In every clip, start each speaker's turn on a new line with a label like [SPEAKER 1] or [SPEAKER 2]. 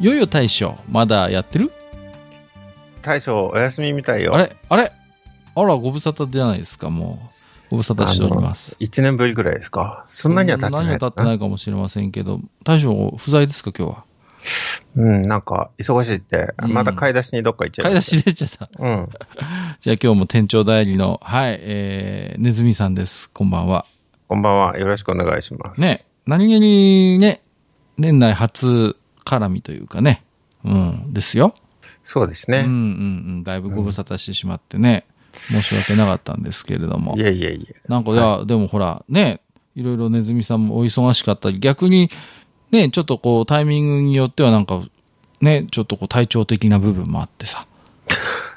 [SPEAKER 1] いよいよ大将、まだやってる
[SPEAKER 2] 大将、お休みみたいよ。
[SPEAKER 1] あれあれあら、ご無沙汰じゃないですか、もう。ご無沙汰しております。
[SPEAKER 2] 一年ぶりぐらいですか。そんなには経って
[SPEAKER 1] そんに
[SPEAKER 2] ない。
[SPEAKER 1] は経ってないかもしれませんけど、大将、不在ですか、今日は。
[SPEAKER 2] うん、なんか、忙しいって、
[SPEAKER 1] うん
[SPEAKER 2] まだ買い出しにどっか行っちゃう。
[SPEAKER 1] 買い出し出ちゃった。
[SPEAKER 2] うん。
[SPEAKER 1] じゃあ今日も店長代理の、はい、えー、ねずみさんです。こんばんは。
[SPEAKER 2] こんばんは。よろしくお願いします。
[SPEAKER 1] ね、何気にね、年内初絡みというかね、うん、ですよ。
[SPEAKER 2] そうです
[SPEAKER 1] うんうん
[SPEAKER 2] ね。
[SPEAKER 1] うん、だいぶご無沙汰してしまってね、申し訳なかったんですけれども
[SPEAKER 2] い。えいえいえ。
[SPEAKER 1] なんか、いや、でもほら、ね、いろいろネズミさんもお忙しかったり、逆に、ね、ちょっとこう、タイミングによってはなんか、ね、ちょっとこう、体調的な部分もあってさ。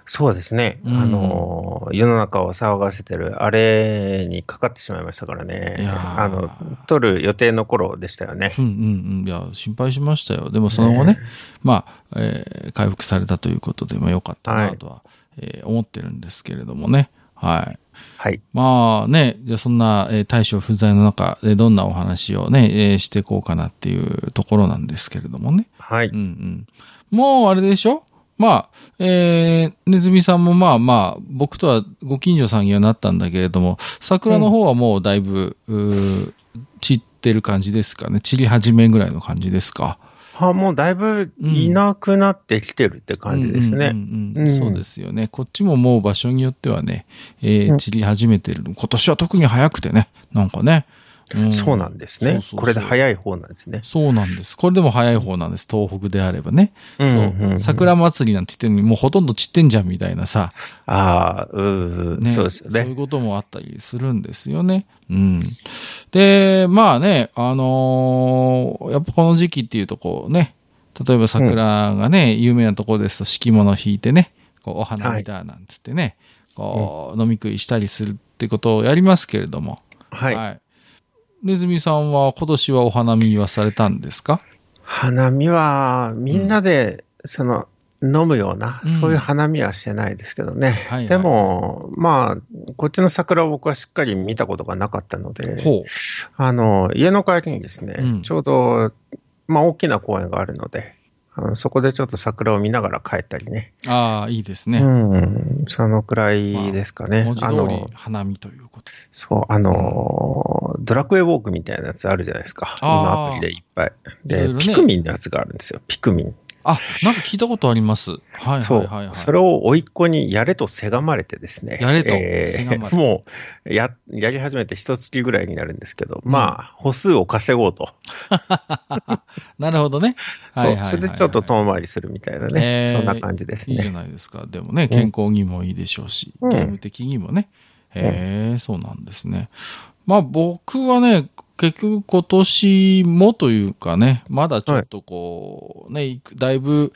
[SPEAKER 2] そうですね。
[SPEAKER 1] うん
[SPEAKER 2] あのー、世の中を騒がせてるあれにかかってしまいましたから
[SPEAKER 1] い
[SPEAKER 2] ね
[SPEAKER 1] や。ー
[SPEAKER 2] あの、撮る予定の頃でしたよね
[SPEAKER 1] う。んうんうん。いや、心配しましたよ。でもその後ね、まあ、えー回復されたということで、まあ、よかったなとは、えー思ってるんですけれどもね。はい。
[SPEAKER 2] はい。
[SPEAKER 1] まあね、じゃあそんな、えー大将不在の中、えーどんなお話をね、えーしていこうかなっていうところなんですけれどもね。
[SPEAKER 2] は
[SPEAKER 1] う
[SPEAKER 2] い。
[SPEAKER 1] んうん。もうあれでしょまあ、えー、ネズミさんもまあまあ、僕とはご近所さんにはなったんだけれども、桜の方はもうだいぶ、うー散ってる感じですかね。散り始めぐらいの感じですか。
[SPEAKER 2] あ、もうだいぶいなくなってきてるって感じです
[SPEAKER 1] うん
[SPEAKER 2] ね。
[SPEAKER 1] うんうん
[SPEAKER 2] うん
[SPEAKER 1] そうですよね。こっちももう場所によってはね、えー
[SPEAKER 2] うん
[SPEAKER 1] 散り始めてる。今年は特に早くてね。なんかね。うん
[SPEAKER 2] そうなんです
[SPEAKER 1] そう
[SPEAKER 2] ね
[SPEAKER 1] そう。そう
[SPEAKER 2] これで早い方なんですね。
[SPEAKER 1] そうなんです。これでも早い方なんです。東北であればね。
[SPEAKER 2] うんうん
[SPEAKER 1] そうう。
[SPEAKER 2] ん
[SPEAKER 1] 桜祭りなんて言ってるのに、もうほとんど散ってんじゃんみたいなさ。
[SPEAKER 2] ああ、うん、
[SPEAKER 1] ね、
[SPEAKER 2] そ
[SPEAKER 1] そうう
[SPEAKER 2] ですよ
[SPEAKER 1] いう
[SPEAKER 2] ね。
[SPEAKER 1] こともあったりするんですよね。うん。で、まあね、あのーやっぱこの時期っていうとこうね、例えば桜がね、有名なところですと敷物引いてね、こうお花見だなんつってね、こう、飲み食いしたりするってことをやりますけれども。
[SPEAKER 2] はい。
[SPEAKER 1] い。ねずみさんは今年はお花見はされたんですか
[SPEAKER 2] 花見は、みんなで、その、飲むような
[SPEAKER 1] うん、
[SPEAKER 2] そういう花見はしてないですけどね。
[SPEAKER 1] はいはい
[SPEAKER 2] でも、まあ、こっちの桜を僕はしっかり見たことがなかったので、
[SPEAKER 1] ほ
[SPEAKER 2] あの、家の帰りにですね、
[SPEAKER 1] うん
[SPEAKER 2] ちょうど、まあ、大きな公園があるので、あのそこでちょっと桜を見ながら帰ったりね。
[SPEAKER 1] う。ああ、いいですね。
[SPEAKER 2] うん、そのくらいですかね。
[SPEAKER 1] 文字通
[SPEAKER 2] あ
[SPEAKER 1] り
[SPEAKER 2] の
[SPEAKER 1] 花見ということ。
[SPEAKER 2] そう、あのードラクエウォークみたいなやつあるじゃないですか。
[SPEAKER 1] あー
[SPEAKER 2] 今アプリでいっぱい。
[SPEAKER 1] い
[SPEAKER 2] で、
[SPEAKER 1] ろいろね
[SPEAKER 2] ピクミンのやつがあるんですよ。ピクミン。
[SPEAKER 1] あ、なんか聞いたことあります。はい
[SPEAKER 2] そ
[SPEAKER 1] は
[SPEAKER 2] う、
[SPEAKER 1] いはいはい。
[SPEAKER 2] それを甥っ子にやれとせがまれてですね。
[SPEAKER 1] やれと
[SPEAKER 2] えー
[SPEAKER 1] せがまれ
[SPEAKER 2] もう、や、やり始めて一月ぐらいになるんですけど、まあ、歩数を稼ごうと。
[SPEAKER 1] なるほどね。はいはいはい、はい。
[SPEAKER 2] そうそれでちょっと遠回りするみたいなね。
[SPEAKER 1] えー
[SPEAKER 2] そんな感じです
[SPEAKER 1] いいじゃ
[SPEAKER 2] ね。
[SPEAKER 1] ないですか。でもね、健康にもいいでしょうし、
[SPEAKER 2] うん
[SPEAKER 1] ゲーム的にもね。へえ、そうなんですね。まあ僕はね、結局今年もというかね、まだちょっとこう、ね、いくだいぶ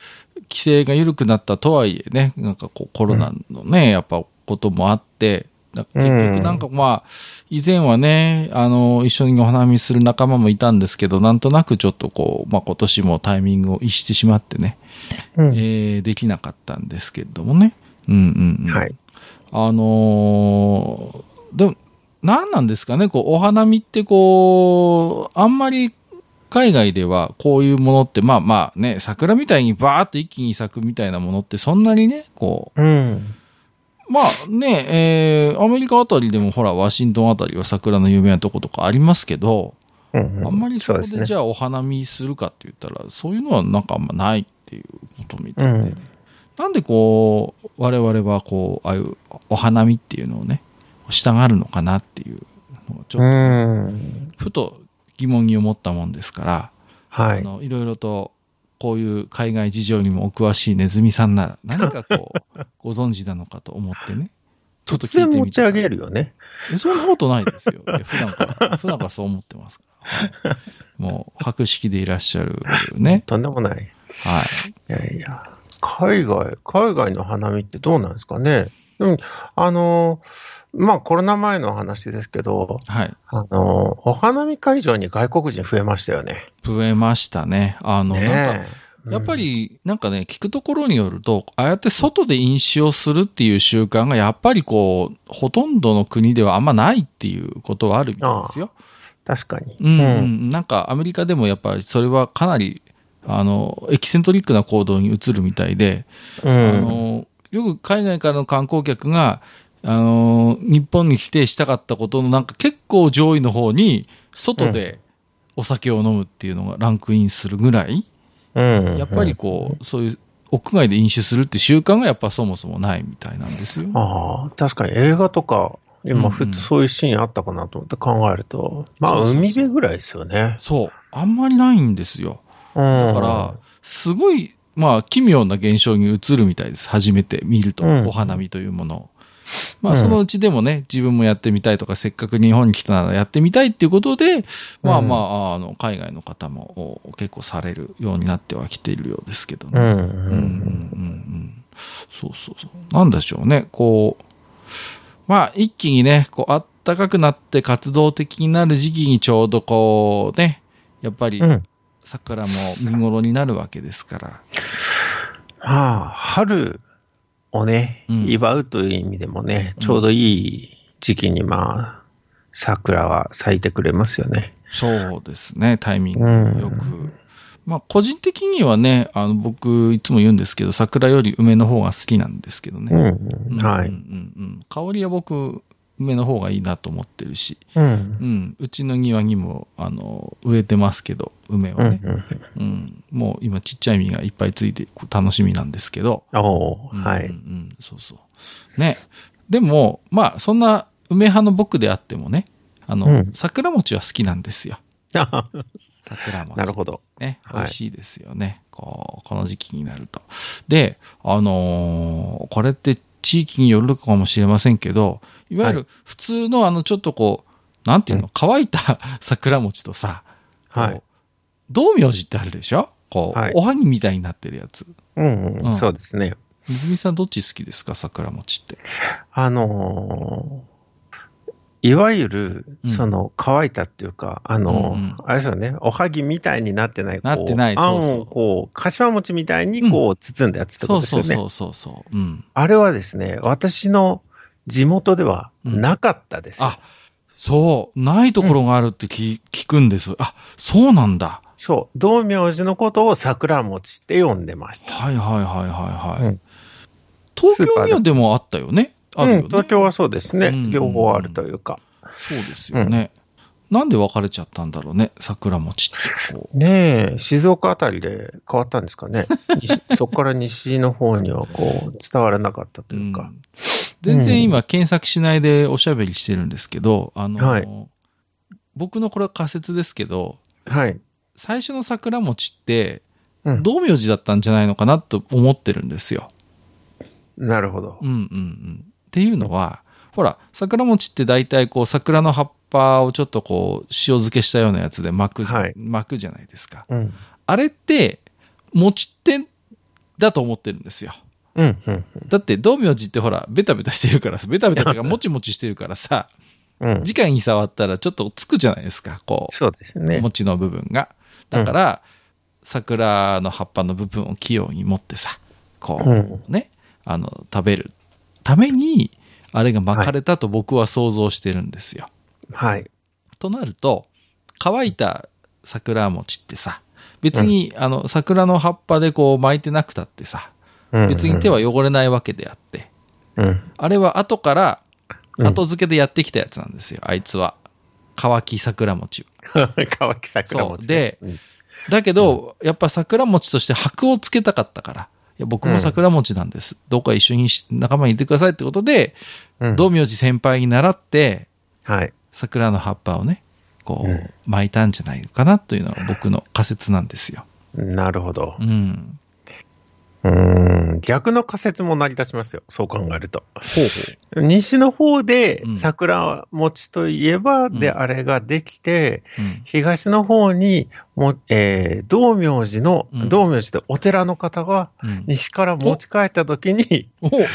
[SPEAKER 1] 規制が緩くなったとはいえね、なんかこうコロナのね、やっぱこともあって、なんか結局なんかまあ、以前はね、あの、一緒にお花見する仲間もいたんですけど、なんとなくちょっとこう、まあ今年もタイミングを逸してしまってね、
[SPEAKER 2] うん
[SPEAKER 1] えーできなかったんですけれどもね。うんうんうん。
[SPEAKER 2] はい。
[SPEAKER 1] あのーでも、何なんですかね、こう、お花見ってこう、あんまり海外ではこういうものって、まあまあね、桜みたいにバーっと一気に咲くみたいなものってそんなにね、こ
[SPEAKER 2] うん。
[SPEAKER 1] う、まあね、えーアメリカあたりでもほら、ワシントンあたりは桜の有名なとことかありますけど、
[SPEAKER 2] うんう
[SPEAKER 1] あんまりそこ
[SPEAKER 2] うす
[SPEAKER 1] で
[SPEAKER 2] ね
[SPEAKER 1] じゃあお花見するかって言ったら、そういうのはなんかあんまないっていうことみたいで、ね
[SPEAKER 2] うん
[SPEAKER 1] なんでこう、我々はこう、ああいうお花見っていうのをね、したがるのかなっていうのをち
[SPEAKER 2] う
[SPEAKER 1] ょっ
[SPEAKER 2] ん。
[SPEAKER 1] と、ふと疑問に思ったもんですから、
[SPEAKER 2] はい
[SPEAKER 1] あ。の、いろいろと、こういう海外事情にもお詳しいネズミさんなら、何かこう、ご存知なのかと思ってね。ちょっと
[SPEAKER 2] 突
[SPEAKER 1] 聞い
[SPEAKER 2] 然
[SPEAKER 1] て
[SPEAKER 2] 持
[SPEAKER 1] み
[SPEAKER 2] ち
[SPEAKER 1] た
[SPEAKER 2] 上
[SPEAKER 1] い
[SPEAKER 2] げるよね。
[SPEAKER 1] えそんなことないですよ。いや普段から、普段からそう思ってますから。はいもう、博識でいらっしゃるね。
[SPEAKER 2] とんでもない。
[SPEAKER 1] はい。
[SPEAKER 2] いやいや、海外、海外の花見ってどうなんですかね。でも、あの、まあコロナ前の話ですけど、
[SPEAKER 1] はい。
[SPEAKER 2] あの、お花見会場に外国人増えましたよね。
[SPEAKER 1] 増えましたね。あの、なんか、
[SPEAKER 2] ねえ
[SPEAKER 1] やっぱ、り、なんかね、聞くところによると、ああやって外で飲酒をするっていう習慣が、やっぱりこう、ほとんどの国ではあんまないっていうことはあるみたいですよ。
[SPEAKER 2] うん確かに。
[SPEAKER 1] うん、うん、なんかアメリカでもやっぱりそれはかなり、あの、エキセントリックな行動に移るみたいで、
[SPEAKER 2] う
[SPEAKER 1] あ
[SPEAKER 2] ん。
[SPEAKER 1] の、よく海外からの観光客が、あの、日本に来てしたかったことのなんか結構上位の方に、外でお酒を飲むっていうのがランクインするぐらい、
[SPEAKER 2] うん。
[SPEAKER 1] やっぱりこう、そういう屋外で飲酒するって習慣がやっぱそもそもないみたいなんですよ。
[SPEAKER 2] ああ、確かに映画とか、
[SPEAKER 1] うんうん
[SPEAKER 2] 今、ふっとそういうシーンあったかなと思って考えると、まあ、
[SPEAKER 1] そうそうそう
[SPEAKER 2] 海辺ぐらいですよね。
[SPEAKER 1] そう。あんまりないんですよ。
[SPEAKER 2] だ
[SPEAKER 1] だから、、すごい、まあ、奇妙な現象に映るみたいです。初めて見ると、
[SPEAKER 2] うん
[SPEAKER 1] お花見というものを。ま
[SPEAKER 2] う
[SPEAKER 1] あ、
[SPEAKER 2] ん
[SPEAKER 1] そのうちでもね、自分もやってみたいとか、せっかく日本に来たならやってみたいっていうことで、まあ
[SPEAKER 2] うん
[SPEAKER 1] まあ、あの、海外の方もお結構されるようになってはきているようですけど
[SPEAKER 2] う
[SPEAKER 1] ね。
[SPEAKER 2] ん。う
[SPEAKER 1] うんうん
[SPEAKER 2] ん。
[SPEAKER 1] うんうんそうそうそう。なんでしょうね。こう、まあ、一気にね、こう、あったかくなって活動的になる時期にちょうどこう、ね、やっぱり、
[SPEAKER 2] うん。
[SPEAKER 1] 桜も見頃になるわけですから。
[SPEAKER 2] まあ、春をね、
[SPEAKER 1] うん
[SPEAKER 2] 祝うという意味でもね、
[SPEAKER 1] うん
[SPEAKER 2] ちょうどいい時期に、まあ、桜は咲いてくれますよね。
[SPEAKER 1] そうですね、タイミング
[SPEAKER 2] うん
[SPEAKER 1] よく。まあ、個人的にはね、あの、僕、いつも言うんですけど、桜より梅の方が好きなんですけど
[SPEAKER 2] う
[SPEAKER 1] ね。
[SPEAKER 2] ん。は
[SPEAKER 1] うんう
[SPEAKER 2] い。
[SPEAKER 1] んうん香りは僕、梅の方がいいなと思ってるし、
[SPEAKER 2] うん。
[SPEAKER 1] うん、うちの庭にも、あの、植えてますけど、梅
[SPEAKER 2] うんう
[SPEAKER 1] はね。
[SPEAKER 2] ん。
[SPEAKER 1] うん、もう今、ちっちゃい実がいっぱいついて、こう楽しみなんですけど。
[SPEAKER 2] お
[SPEAKER 1] う
[SPEAKER 2] ー
[SPEAKER 1] ん
[SPEAKER 2] は
[SPEAKER 1] うんう
[SPEAKER 2] い。
[SPEAKER 1] ん、そうそう。ね。でも、まあ、そんな梅派の僕であってもね、あの、
[SPEAKER 2] うん
[SPEAKER 1] 桜餅は好きなんですよ。
[SPEAKER 2] な
[SPEAKER 1] 桜餅。
[SPEAKER 2] るほど。
[SPEAKER 1] ね。
[SPEAKER 2] はい
[SPEAKER 1] 美味しいですよね。こう、この時期になると。で、あのーこれって地域によるかもしれませんけど、いわゆる普通のあの、ちょっとこう、なんていうの、乾いた 桜餅とさ、
[SPEAKER 2] は
[SPEAKER 1] こ。
[SPEAKER 2] いう
[SPEAKER 1] 道明寺ってあるでしょこう、
[SPEAKER 2] はい
[SPEAKER 1] おはぎみたいになってるやつ。
[SPEAKER 2] うん
[SPEAKER 1] う
[SPEAKER 2] うんん。そうですね。
[SPEAKER 1] 水見さんどっち好きですか桜餅って。
[SPEAKER 2] あのーいわゆる
[SPEAKER 1] うん、
[SPEAKER 2] その、乾いたっていうか、あのー
[SPEAKER 1] うんうん
[SPEAKER 2] あれですよね、おはぎみたいになってない、こう
[SPEAKER 1] なってない
[SPEAKER 2] あ
[SPEAKER 1] そ
[SPEAKER 2] ん
[SPEAKER 1] うそう
[SPEAKER 2] をこう、かしわ餅みたいにこう、包んだやつってこ
[SPEAKER 1] そ
[SPEAKER 2] と
[SPEAKER 1] う
[SPEAKER 2] です
[SPEAKER 1] そ
[SPEAKER 2] よ
[SPEAKER 1] う
[SPEAKER 2] ね
[SPEAKER 1] そ。うそうそう。うん。
[SPEAKER 2] あれはですね、私の地元ではなかったです。
[SPEAKER 1] あ、そう。ないところがあるって聞,、聞くんです。あ、そうなんだ。
[SPEAKER 2] そう、道明寺のことを桜餅って呼んでました。
[SPEAKER 1] はいはいはいはいはい。
[SPEAKER 2] うん
[SPEAKER 1] 東京にはでもあったよね。あるよ
[SPEAKER 2] う
[SPEAKER 1] ね
[SPEAKER 2] ん、、東京はそうですね、
[SPEAKER 1] うん
[SPEAKER 2] 両方あるというか。
[SPEAKER 1] そうですよね。なんで別れちゃったんだろうね。桜餅ってこう。
[SPEAKER 2] ねえ、静岡あたりで変わったんです かね。西そこから西の方にはこう、伝わらなかったという
[SPEAKER 1] う
[SPEAKER 2] か。
[SPEAKER 1] ん全然今検索しないでおしゃべりしてるんですけど、あの、
[SPEAKER 2] はい
[SPEAKER 1] 僕のこれは仮説ですけど、
[SPEAKER 2] はい。
[SPEAKER 1] 最初の桜餅って、
[SPEAKER 2] うん
[SPEAKER 1] 道明寺だったんじゃないのかなと思ってるんですよ。
[SPEAKER 2] なるほど
[SPEAKER 1] う。んうんうん。っていうのは、ほら、桜餅って大体こう桜の葉っぱをちょっとこう塩漬けしたようなやつで巻くじゃ、
[SPEAKER 2] はい
[SPEAKER 1] 巻くじゃないですか。
[SPEAKER 2] うん。
[SPEAKER 1] あれって、餅ってだと思ってるんですよ。
[SPEAKER 2] うん、うん、
[SPEAKER 1] だって道明寺ってほら、ベタベタしてるからさ、ベタベタっていうかもちもちしてるからさ、
[SPEAKER 2] うん。
[SPEAKER 1] 直に触ったらちょっとつくじゃないですか、こう。
[SPEAKER 2] そうですね。
[SPEAKER 1] 餅の部分が。だから、桜の葉っぱの部分を器用に持ってさ、こう、
[SPEAKER 2] うん
[SPEAKER 1] ね、あの、食べるために、あれが巻かれたと僕は想像してるんですよ。
[SPEAKER 2] はい。
[SPEAKER 1] となると、乾いた桜餅ってさ、別に、あの、桜の葉っぱでこう巻いてなくたってさ、
[SPEAKER 2] うん
[SPEAKER 1] 別に手は、汚れないわけであって、
[SPEAKER 2] うん。
[SPEAKER 1] あれは後から、
[SPEAKER 2] うん
[SPEAKER 1] 後付けでやってきたやつなんですよ、あいつは。乾き桜餅は。
[SPEAKER 2] 乾き桜餅。
[SPEAKER 1] そうで
[SPEAKER 2] うん、
[SPEAKER 1] だけど、やっぱ桜餅として箔をつけたかったから、いや僕も桜餅なんです。どうか一緒にし仲間にいてくださいってことで、
[SPEAKER 2] うん
[SPEAKER 1] 道明寺先輩に習って、
[SPEAKER 2] はい。
[SPEAKER 1] 桜の葉っぱをね、こ
[SPEAKER 2] うん
[SPEAKER 1] う、巻いたんじゃないかなというのが僕の仮説なんですよ。
[SPEAKER 2] なるほど
[SPEAKER 1] う。ん。
[SPEAKER 2] うーん逆の仮説も成り立ちますよ、そう考えると。
[SPEAKER 1] ほうほう。
[SPEAKER 2] 西の方で
[SPEAKER 1] うん
[SPEAKER 2] 桜餅といえばであれができて、
[SPEAKER 1] うん。
[SPEAKER 2] 東の方にも、えー道明寺の、
[SPEAKER 1] うん
[SPEAKER 2] 道明寺でお寺の方が
[SPEAKER 1] うん、
[SPEAKER 2] 西から持ち帰った時に、
[SPEAKER 1] おう。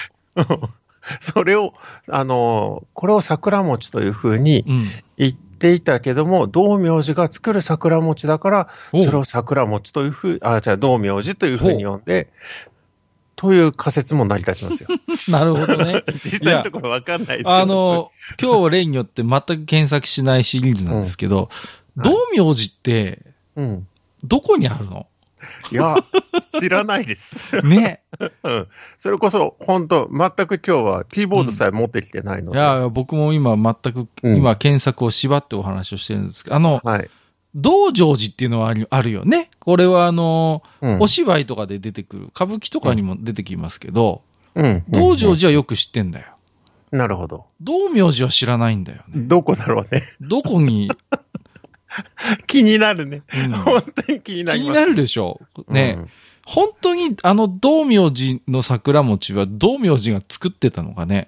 [SPEAKER 2] それを、あのーこれを桜餅というふうに
[SPEAKER 1] うん。
[SPEAKER 2] 言っていたけども、道明寺が作る桜餅だから、
[SPEAKER 1] お
[SPEAKER 2] それ
[SPEAKER 1] う。
[SPEAKER 2] を桜餅というふう、あ、じゃあ道明寺というふうに呼んで、という仮説も成り立ちますよ。
[SPEAKER 1] なるほどね。
[SPEAKER 2] 実際のところわかんないですけど。
[SPEAKER 1] あの、今日は例によって全く検索しないシリーズなんですけど、
[SPEAKER 2] うん
[SPEAKER 1] 道明寺って
[SPEAKER 2] うん。
[SPEAKER 1] どこにあるの
[SPEAKER 2] いや、知らないです。
[SPEAKER 1] ね。
[SPEAKER 2] うん。それこそ、本当全く今日はキーボードさえ持ってきてないの
[SPEAKER 1] い
[SPEAKER 2] で。
[SPEAKER 1] や、僕も今全く、
[SPEAKER 2] うん
[SPEAKER 1] 今検索を縛ってお話をしてるんですけど、あの、
[SPEAKER 2] はい。
[SPEAKER 1] 道成寺っていうのはあるあるよね。これはあの、
[SPEAKER 2] うん
[SPEAKER 1] お芝居とかで出てくる、歌舞伎とかにも出てきますけど、
[SPEAKER 2] うん。
[SPEAKER 1] 道成寺はよく知ってんだよ。
[SPEAKER 2] うんなるほど。
[SPEAKER 1] 道明寺は知らないんだよね。
[SPEAKER 2] どこだろうね。
[SPEAKER 1] どこに、
[SPEAKER 2] 気になるね。
[SPEAKER 1] うん
[SPEAKER 2] 本当 に気にな
[SPEAKER 1] 気
[SPEAKER 2] り
[SPEAKER 1] に
[SPEAKER 2] ます。
[SPEAKER 1] なるでしょう。ね、
[SPEAKER 2] うん
[SPEAKER 1] 本当にあの道明寺の桜餅は道明寺が作ってたのかね。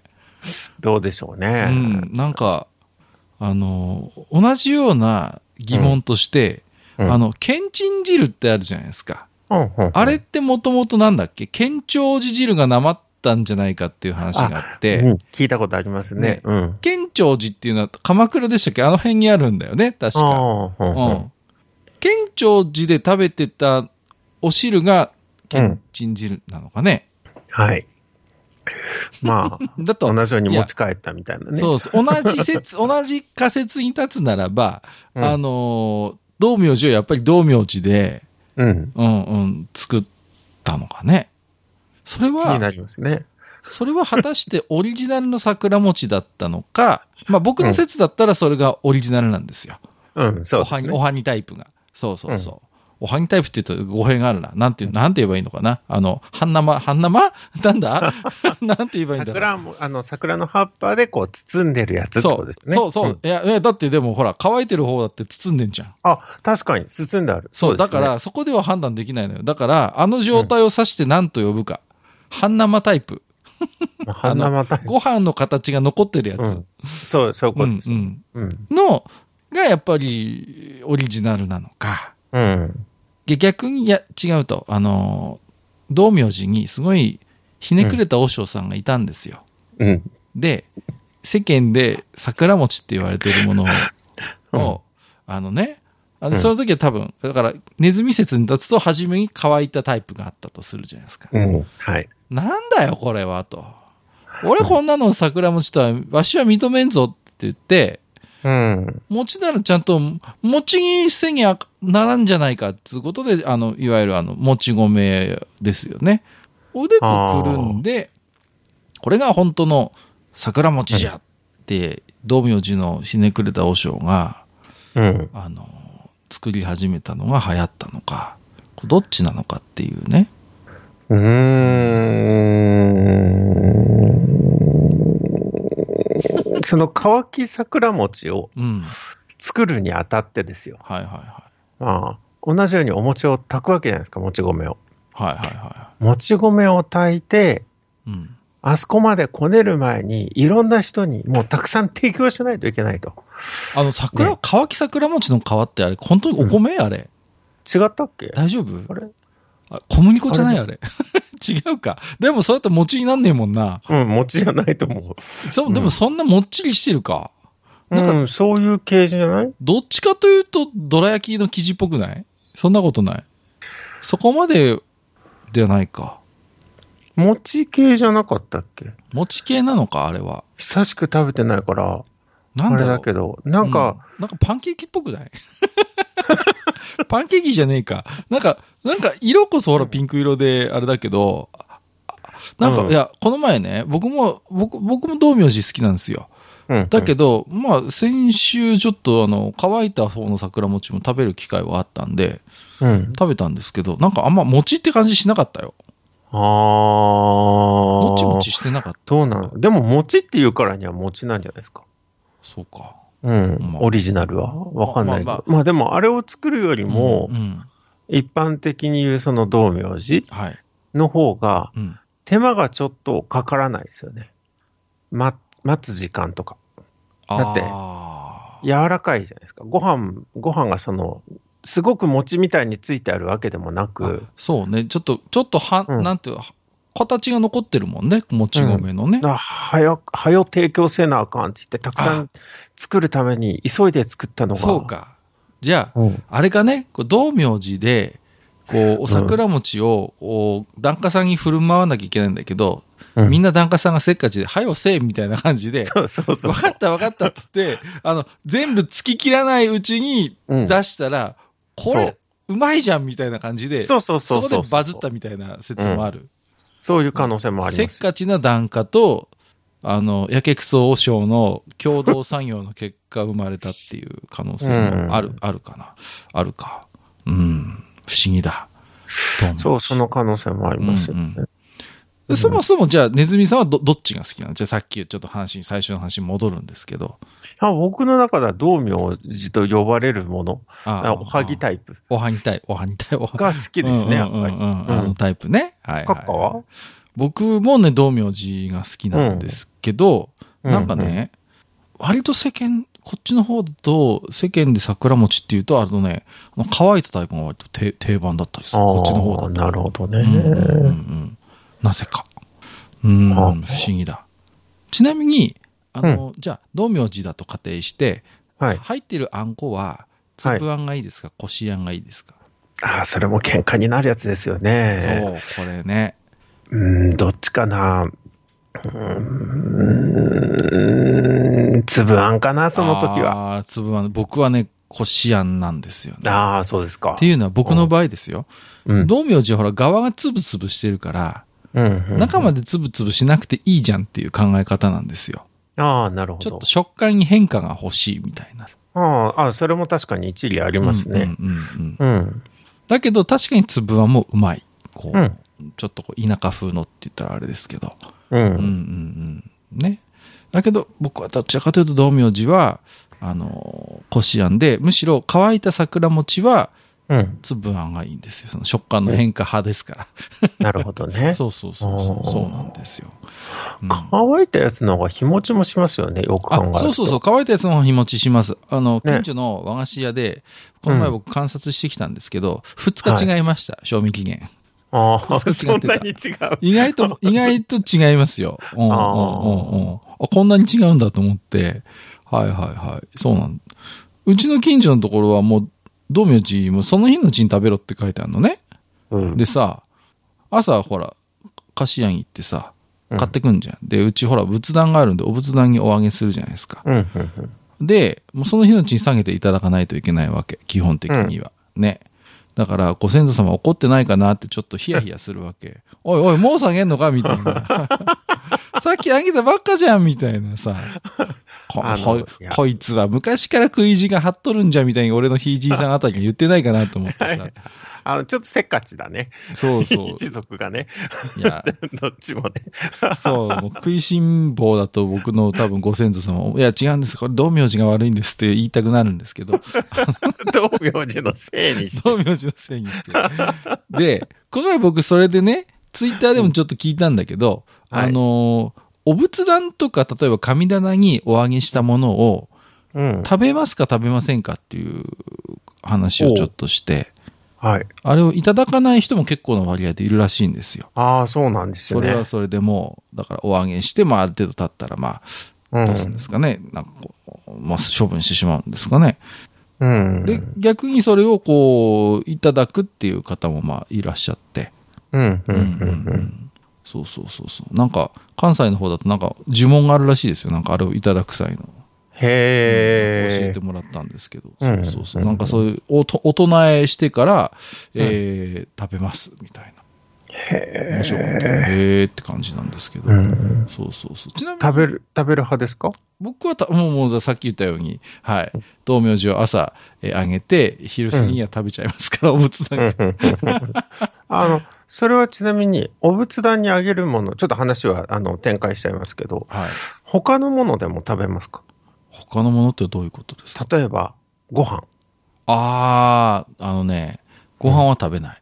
[SPEAKER 2] どうでしょう
[SPEAKER 1] う
[SPEAKER 2] ね。
[SPEAKER 1] ん、なんか、あの、同じような疑問として、
[SPEAKER 2] うん
[SPEAKER 1] あの、けんちん汁ってあるじゃないですか。
[SPEAKER 2] うんうんうん
[SPEAKER 1] あれってもともとなんだっけ県庁寺汁がなまったんじゃないかっていう話があっ
[SPEAKER 2] う
[SPEAKER 1] て、
[SPEAKER 2] ん聞いたことありますね
[SPEAKER 1] ね。
[SPEAKER 2] うん。
[SPEAKER 1] 県庁寺っていうのは鎌倉でしたっけあの辺にあるんだよね、確か。
[SPEAKER 2] ああ、う
[SPEAKER 1] うん
[SPEAKER 2] うん
[SPEAKER 1] ん。県庁寺で食べてたお汁がけんちん汁なのかね。
[SPEAKER 2] はい。ま あ、
[SPEAKER 1] だと
[SPEAKER 2] 同じように持ち帰ったみたいなね。
[SPEAKER 1] そうそう。同じ 説、同じ仮説に立つならば、
[SPEAKER 2] うん
[SPEAKER 1] あのー、道明寺はやっぱり道明寺で、
[SPEAKER 2] うん。
[SPEAKER 1] うんうん、作ったのかね。それ
[SPEAKER 2] 気にな
[SPEAKER 1] は、
[SPEAKER 2] りますね。
[SPEAKER 1] それは果たしてオリジナルの桜餅だったのか、まあ僕の説だったらそれがオリジナルなんですよ。
[SPEAKER 2] うん、そう
[SPEAKER 1] お
[SPEAKER 2] です
[SPEAKER 1] はに、
[SPEAKER 2] ね。
[SPEAKER 1] おはにタイプが。そうそうそう。おはにタイプって言うと語弊があるな。なんて、なんて言えばいいのかな。あの、半生、半生 なんだなんて言えばいいんだろう。
[SPEAKER 2] 桜も、あの、桜の葉っぱでこう包んでるやつってことですね。
[SPEAKER 1] そうそうそう、
[SPEAKER 2] ん
[SPEAKER 1] いやいやだってでもほら乾いてる方だって包んでんじゃん
[SPEAKER 2] あ、確かに、包んである。
[SPEAKER 1] そう
[SPEAKER 2] です
[SPEAKER 1] だ
[SPEAKER 2] ね
[SPEAKER 1] からそこでは判断できないのよだからあの状態を指して何と呼ぶか、半生タイプ
[SPEAKER 2] まあ花また、
[SPEAKER 1] ご飯の形が残ってるや
[SPEAKER 2] う
[SPEAKER 1] つ、
[SPEAKER 2] ん。そう、そう
[SPEAKER 1] う
[SPEAKER 2] いうこと
[SPEAKER 1] ん
[SPEAKER 2] です。
[SPEAKER 1] うん、
[SPEAKER 2] うん。
[SPEAKER 1] のがやっぱりオリジナルなのか
[SPEAKER 2] うん。
[SPEAKER 1] で逆にいや違うとあの道明寺にすごいひねくれた和尚さんがいたんですよ、
[SPEAKER 2] うん。
[SPEAKER 1] で世間で桜餅って言われてるものを
[SPEAKER 2] うん
[SPEAKER 1] を、あのね、あ
[SPEAKER 2] う
[SPEAKER 1] の
[SPEAKER 2] ん
[SPEAKER 1] その時は多分、だから、ネズミ説に立つと、初めに乾いたタイプがあったとするじゃないですか。
[SPEAKER 2] うん。はい。
[SPEAKER 1] なんだよ、これは、と。俺こんなの桜餅とは、わしは認めんぞって言って、
[SPEAKER 2] うん。
[SPEAKER 1] 餅ならちゃんと、餅にせにゃならんじゃないか、つうことで、あの、いわゆるあの、餅米ですよね。おでこくるんで、これが本当の桜餅じゃって、道明寺のひねくれた和尚が、
[SPEAKER 2] うん。
[SPEAKER 1] あの作り始めたのが流行ったのかこうどっちなのかっていうね
[SPEAKER 2] うーん。その乾き桜餅を
[SPEAKER 1] うん
[SPEAKER 2] 作るにあたってですよ。
[SPEAKER 1] はいはいは
[SPEAKER 2] まあ、同じようにお餅を炊くわけじゃないですか、もち米を。
[SPEAKER 1] いはいはいは
[SPEAKER 2] もち米を炊いて、
[SPEAKER 1] いうん
[SPEAKER 2] あそこまでこねる前に、いろんな人にもうたくさん提供しないといけないと。
[SPEAKER 1] あの桜、
[SPEAKER 2] ね
[SPEAKER 1] 乾き桜餅の皮ってあれ本当にお米、あれ
[SPEAKER 2] 違ったっけ
[SPEAKER 1] 大丈夫
[SPEAKER 2] あれ
[SPEAKER 1] あ小麦粉じゃないあれ 違うかでもそうやって餅になんねえもんな
[SPEAKER 2] うん、餅じゃないと思う。
[SPEAKER 1] そううんでもそんなもっちりしてるか、なんか
[SPEAKER 2] うん、そういう系じゃない
[SPEAKER 1] どっちかというとどら焼きの生地っぽくないそんなことないそこまでではないか
[SPEAKER 2] 餅系じゃなかったっけ
[SPEAKER 1] 餅系なのかあれは
[SPEAKER 2] 久しく食べてないから、
[SPEAKER 1] なんだ
[SPEAKER 2] あれ
[SPEAKER 1] ろ
[SPEAKER 2] だ
[SPEAKER 1] う
[SPEAKER 2] けど、なんか、
[SPEAKER 1] うん、なんかパンケーキっぽくない パンケーキじゃねえか。なんか、なんか色こそほらピンク色であれだけど、あなんか、
[SPEAKER 2] うん
[SPEAKER 1] いや、この前ね、僕も、僕、僕も道明寺好きなんですよ。
[SPEAKER 2] うん。
[SPEAKER 1] だけど、まあ、先週ちょっとあの、乾いた方の桜餅も食べる機会はあったんで、
[SPEAKER 2] うん。
[SPEAKER 1] 食べたんですけど、なんかあんま餅って感じしなかったよ。
[SPEAKER 2] あー。
[SPEAKER 1] もちもちしてなかった。
[SPEAKER 2] どうなのでも、餅っていうからには餅なんじゃないですか。
[SPEAKER 1] そうか。
[SPEAKER 2] うん、
[SPEAKER 1] まあ
[SPEAKER 2] オリジナルは。わかんないけど。
[SPEAKER 1] ま
[SPEAKER 2] ま
[SPEAKER 1] あ
[SPEAKER 2] あ
[SPEAKER 1] ま
[SPEAKER 2] でも、あれを作るよりも
[SPEAKER 1] う、ん、うん
[SPEAKER 2] 一般的に言うその道明寺
[SPEAKER 1] はい。
[SPEAKER 2] の方が、
[SPEAKER 1] うん。
[SPEAKER 2] 手間がちょっとかからないですよね。ま、待つ時間とか。だって
[SPEAKER 1] あ
[SPEAKER 2] 柔らかいじゃないですか。ご飯、ご飯がその、すごく餅みたいについてあるわけでもな
[SPEAKER 1] ー
[SPEAKER 2] く、
[SPEAKER 1] あそうね。ちょっと、ちょっとは、
[SPEAKER 2] うん
[SPEAKER 1] なんていうか、形が残ってるもんね。もち米のね。
[SPEAKER 2] あはよ、はよ提供せなあかんって言って、たくさん作るために急いで作ったのが。
[SPEAKER 1] そう。か。じゃあ、
[SPEAKER 2] うん。
[SPEAKER 1] あれかね、こう道明寺で、こう、お桜餅を、お檀家さんに振る舞わなきゃいけないんだけど、
[SPEAKER 2] うん
[SPEAKER 1] みんな檀家さんがせっかちで、はよせえみたいな感じで、
[SPEAKER 2] そうそう そう
[SPEAKER 1] わ。かったわかったっつって、あの、全部つき切らないうちに
[SPEAKER 2] うん
[SPEAKER 1] 出したら、こ
[SPEAKER 2] そ
[SPEAKER 1] れ、うまいじゃんみたいな感じで、
[SPEAKER 2] そうそうそうう。
[SPEAKER 1] そこでバズったみたいな説もある。
[SPEAKER 2] そういう可能性もあり
[SPEAKER 1] せ
[SPEAKER 2] ま
[SPEAKER 1] っ
[SPEAKER 2] す。
[SPEAKER 1] かちな檀家と、あの、やけくそ和尚の共同産業の結果生まれたっていう可能性もある、
[SPEAKER 2] うん
[SPEAKER 1] あるかな。あるか。うん。不思議だ。どうも
[SPEAKER 2] そう、その可能性もありますよね。
[SPEAKER 1] うんでそもそもじゃあ、ネズミさんはどどっちが好きなのじゃあさっきちょっと話に、最初の話に戻るんですけど。
[SPEAKER 2] あ僕の中では道明寺と呼ばれるもの、
[SPEAKER 1] あ
[SPEAKER 2] あおはぎタイプ
[SPEAKER 1] おはぎたい、おはぎたい、おはぎ
[SPEAKER 2] が好きですね、やっぱり。
[SPEAKER 1] う
[SPEAKER 2] う
[SPEAKER 1] うんう
[SPEAKER 2] ん
[SPEAKER 1] んうんあの
[SPEAKER 2] ん
[SPEAKER 1] タイプね。はい、はい。
[SPEAKER 2] 閣下は
[SPEAKER 1] 僕もね、道明寺が好きなんですけど、
[SPEAKER 2] うん
[SPEAKER 1] なんかね、割と世間、こっちの方だと、世間で桜餅っていうと、あのね、あの乾いたタイプが割と定定番だったりする。こっちの方だと。
[SPEAKER 2] あーなるほどね。
[SPEAKER 1] うんうんうんうんなぜか。うん、不
[SPEAKER 2] あ
[SPEAKER 1] 思議だ。ちなみに、あの、じゃあ、道明寺だと仮定して、
[SPEAKER 2] はい。
[SPEAKER 1] 入ってるあんこは、粒あんがいいですか、こしあんがいいですか
[SPEAKER 2] ああ、それも喧嘩になるやつですよね。
[SPEAKER 1] そう、これね。
[SPEAKER 2] う。ん、どっちかな。うーん、粒あんかな、その時は。
[SPEAKER 1] は。粒あん、僕はね、こしあんなんですよね。っ
[SPEAKER 2] ああ、そうですか。
[SPEAKER 1] ていうのは僕の場合ですよ。
[SPEAKER 2] うん
[SPEAKER 1] 道明寺はほら、側がつぶつぶしてるから、
[SPEAKER 2] うんうんうん
[SPEAKER 1] 中までつぶつぶしなくていいじゃんっていう考え方なんですよ。
[SPEAKER 2] ああ、なるほ
[SPEAKER 1] ちょっ
[SPEAKER 2] ど
[SPEAKER 1] と。食感に変化が欲しいみたいな。
[SPEAKER 2] ああああ、それも確かに一理ありますね。
[SPEAKER 1] うんうんうんうん
[SPEAKER 2] うん。
[SPEAKER 1] だけど、確かに粒あんもうまい。こう、
[SPEAKER 2] うん
[SPEAKER 1] ちょっとこう田舎風のって言ったらあれですけど。
[SPEAKER 2] う
[SPEAKER 1] うんうん
[SPEAKER 2] ん。
[SPEAKER 1] うん。ね。だけど、僕はどちらかというと道明寺は、あの、こしあんで、むしろ乾いた桜餅は、
[SPEAKER 2] うん。
[SPEAKER 1] 粒あんがいいんですよ。その食感の変化派ですか
[SPEAKER 2] なるほど
[SPEAKER 1] ら。
[SPEAKER 2] ね。
[SPEAKER 1] そうそうそうそ
[SPEAKER 2] お
[SPEAKER 1] う。
[SPEAKER 2] ー
[SPEAKER 1] そうなんですよ。うん
[SPEAKER 2] 乾いたやつの方が日持ちもしますよね、よく考える
[SPEAKER 1] あ
[SPEAKER 2] と。。
[SPEAKER 1] そうそうそうう、乾いたやつの方が日持ちします。あの、
[SPEAKER 2] ね
[SPEAKER 1] 近所の和菓子屋で、この前
[SPEAKER 2] うん
[SPEAKER 1] 僕観察してきたんですけど、2日違いました、賞味期限。
[SPEAKER 2] ああ、
[SPEAKER 1] そう違ってた
[SPEAKER 2] そんなに違う。
[SPEAKER 1] 意外と、意外と違いますよ。うんうんうんうん
[SPEAKER 2] あ
[SPEAKER 1] あこんなに違うんだと思って。はいはいはい。そうなんうちの近所のところはもう、道明寺もその日のうちに食べろって書いてあるのね。
[SPEAKER 2] うん
[SPEAKER 1] でさ、朝ほら、菓子屋に行ってさ、買ってくんじゃん。で、うちほら、仏壇があるんで、お仏壇にお揚げするじゃないですか。
[SPEAKER 2] うん、うん、うん。
[SPEAKER 1] で、もうその日のうちに下げていただかないといけないわけ、基本的には。ね。だから、ご先祖様怒ってないかなってちょっとヒヤヒヤするわけ。おいおい、もう下げんのかみたい な。さっきあげたばっかじゃんみたいなさ。こ
[SPEAKER 2] あの
[SPEAKER 1] こ
[SPEAKER 2] いや
[SPEAKER 1] こいつは昔から食い意地が張っとるんじゃみたいに俺のひいじいさんあたりが言ってないかなと 思ってさ。
[SPEAKER 2] あの、ちょっとせっかちだね。
[SPEAKER 1] そうそう。
[SPEAKER 2] 一族 がね。
[SPEAKER 1] いや、
[SPEAKER 2] どっちもね。
[SPEAKER 1] そう、もう食いしん坊だと僕の多分ご先祖様、いや違うんです、これ道明寺が悪いんですって言いたくなるんですけど、
[SPEAKER 2] 道明寺のせいにして。
[SPEAKER 1] 道明寺のせいにして。で、この前僕それでね、ツイッターでもちょっと聞いたんだけど、
[SPEAKER 2] はい
[SPEAKER 1] あのーお仏壇とか、例えば神棚にお揚げしたものを、
[SPEAKER 2] うん。
[SPEAKER 1] 食べますか食べませんかっていう話をちょっとして、
[SPEAKER 2] はい。
[SPEAKER 1] あれをいただかない人も結構な割合でいるらしいんですよ。
[SPEAKER 2] ああ、そうなんです
[SPEAKER 1] そ
[SPEAKER 2] よね。
[SPEAKER 1] れはそれでもう、だからお揚げして、まあある程度経ったら、ま
[SPEAKER 2] う
[SPEAKER 1] あ、
[SPEAKER 2] ん
[SPEAKER 1] どうするんですかね。なんかこう、まあ処分してしまうんですかね。
[SPEAKER 2] うん。
[SPEAKER 1] で、逆にそれをこう、いただくっていう方もまあいらっしゃって。
[SPEAKER 2] うん、うん、う
[SPEAKER 1] うんんうんう
[SPEAKER 2] うん。
[SPEAKER 1] んそうそうそうそう。なんか、関西の方だとなんか呪文があるらしいですよ。なんかあれをいただく際の。教え
[SPEAKER 2] へえ
[SPEAKER 1] て。もらったんですけど。
[SPEAKER 2] う
[SPEAKER 1] そ
[SPEAKER 2] ん
[SPEAKER 1] うそうそう。なんかそういう、おと、お唱えしてから、えー食べます、みたいな。面白かったね。へーって感じなんですけど。
[SPEAKER 2] うん。
[SPEAKER 1] そうそうそう。ちなみに
[SPEAKER 2] 食、べる、食べる派ですか
[SPEAKER 1] 僕はた、もう、もう、さっき言ったように、はい。道明寺を朝、えー、あげて、昼過ぎには食べちゃいますから、お仏
[SPEAKER 2] うんう
[SPEAKER 1] 壇
[SPEAKER 2] んうんうん あの、それはちなみに、お仏壇にあげるもの、ちょっと話はあの展開しちゃいますけど、
[SPEAKER 1] はい。
[SPEAKER 2] 他のものでも食べますか
[SPEAKER 1] 他のものってどういうことですか
[SPEAKER 2] 例えば、ご飯
[SPEAKER 1] ああ、あのね、ご飯は食べない。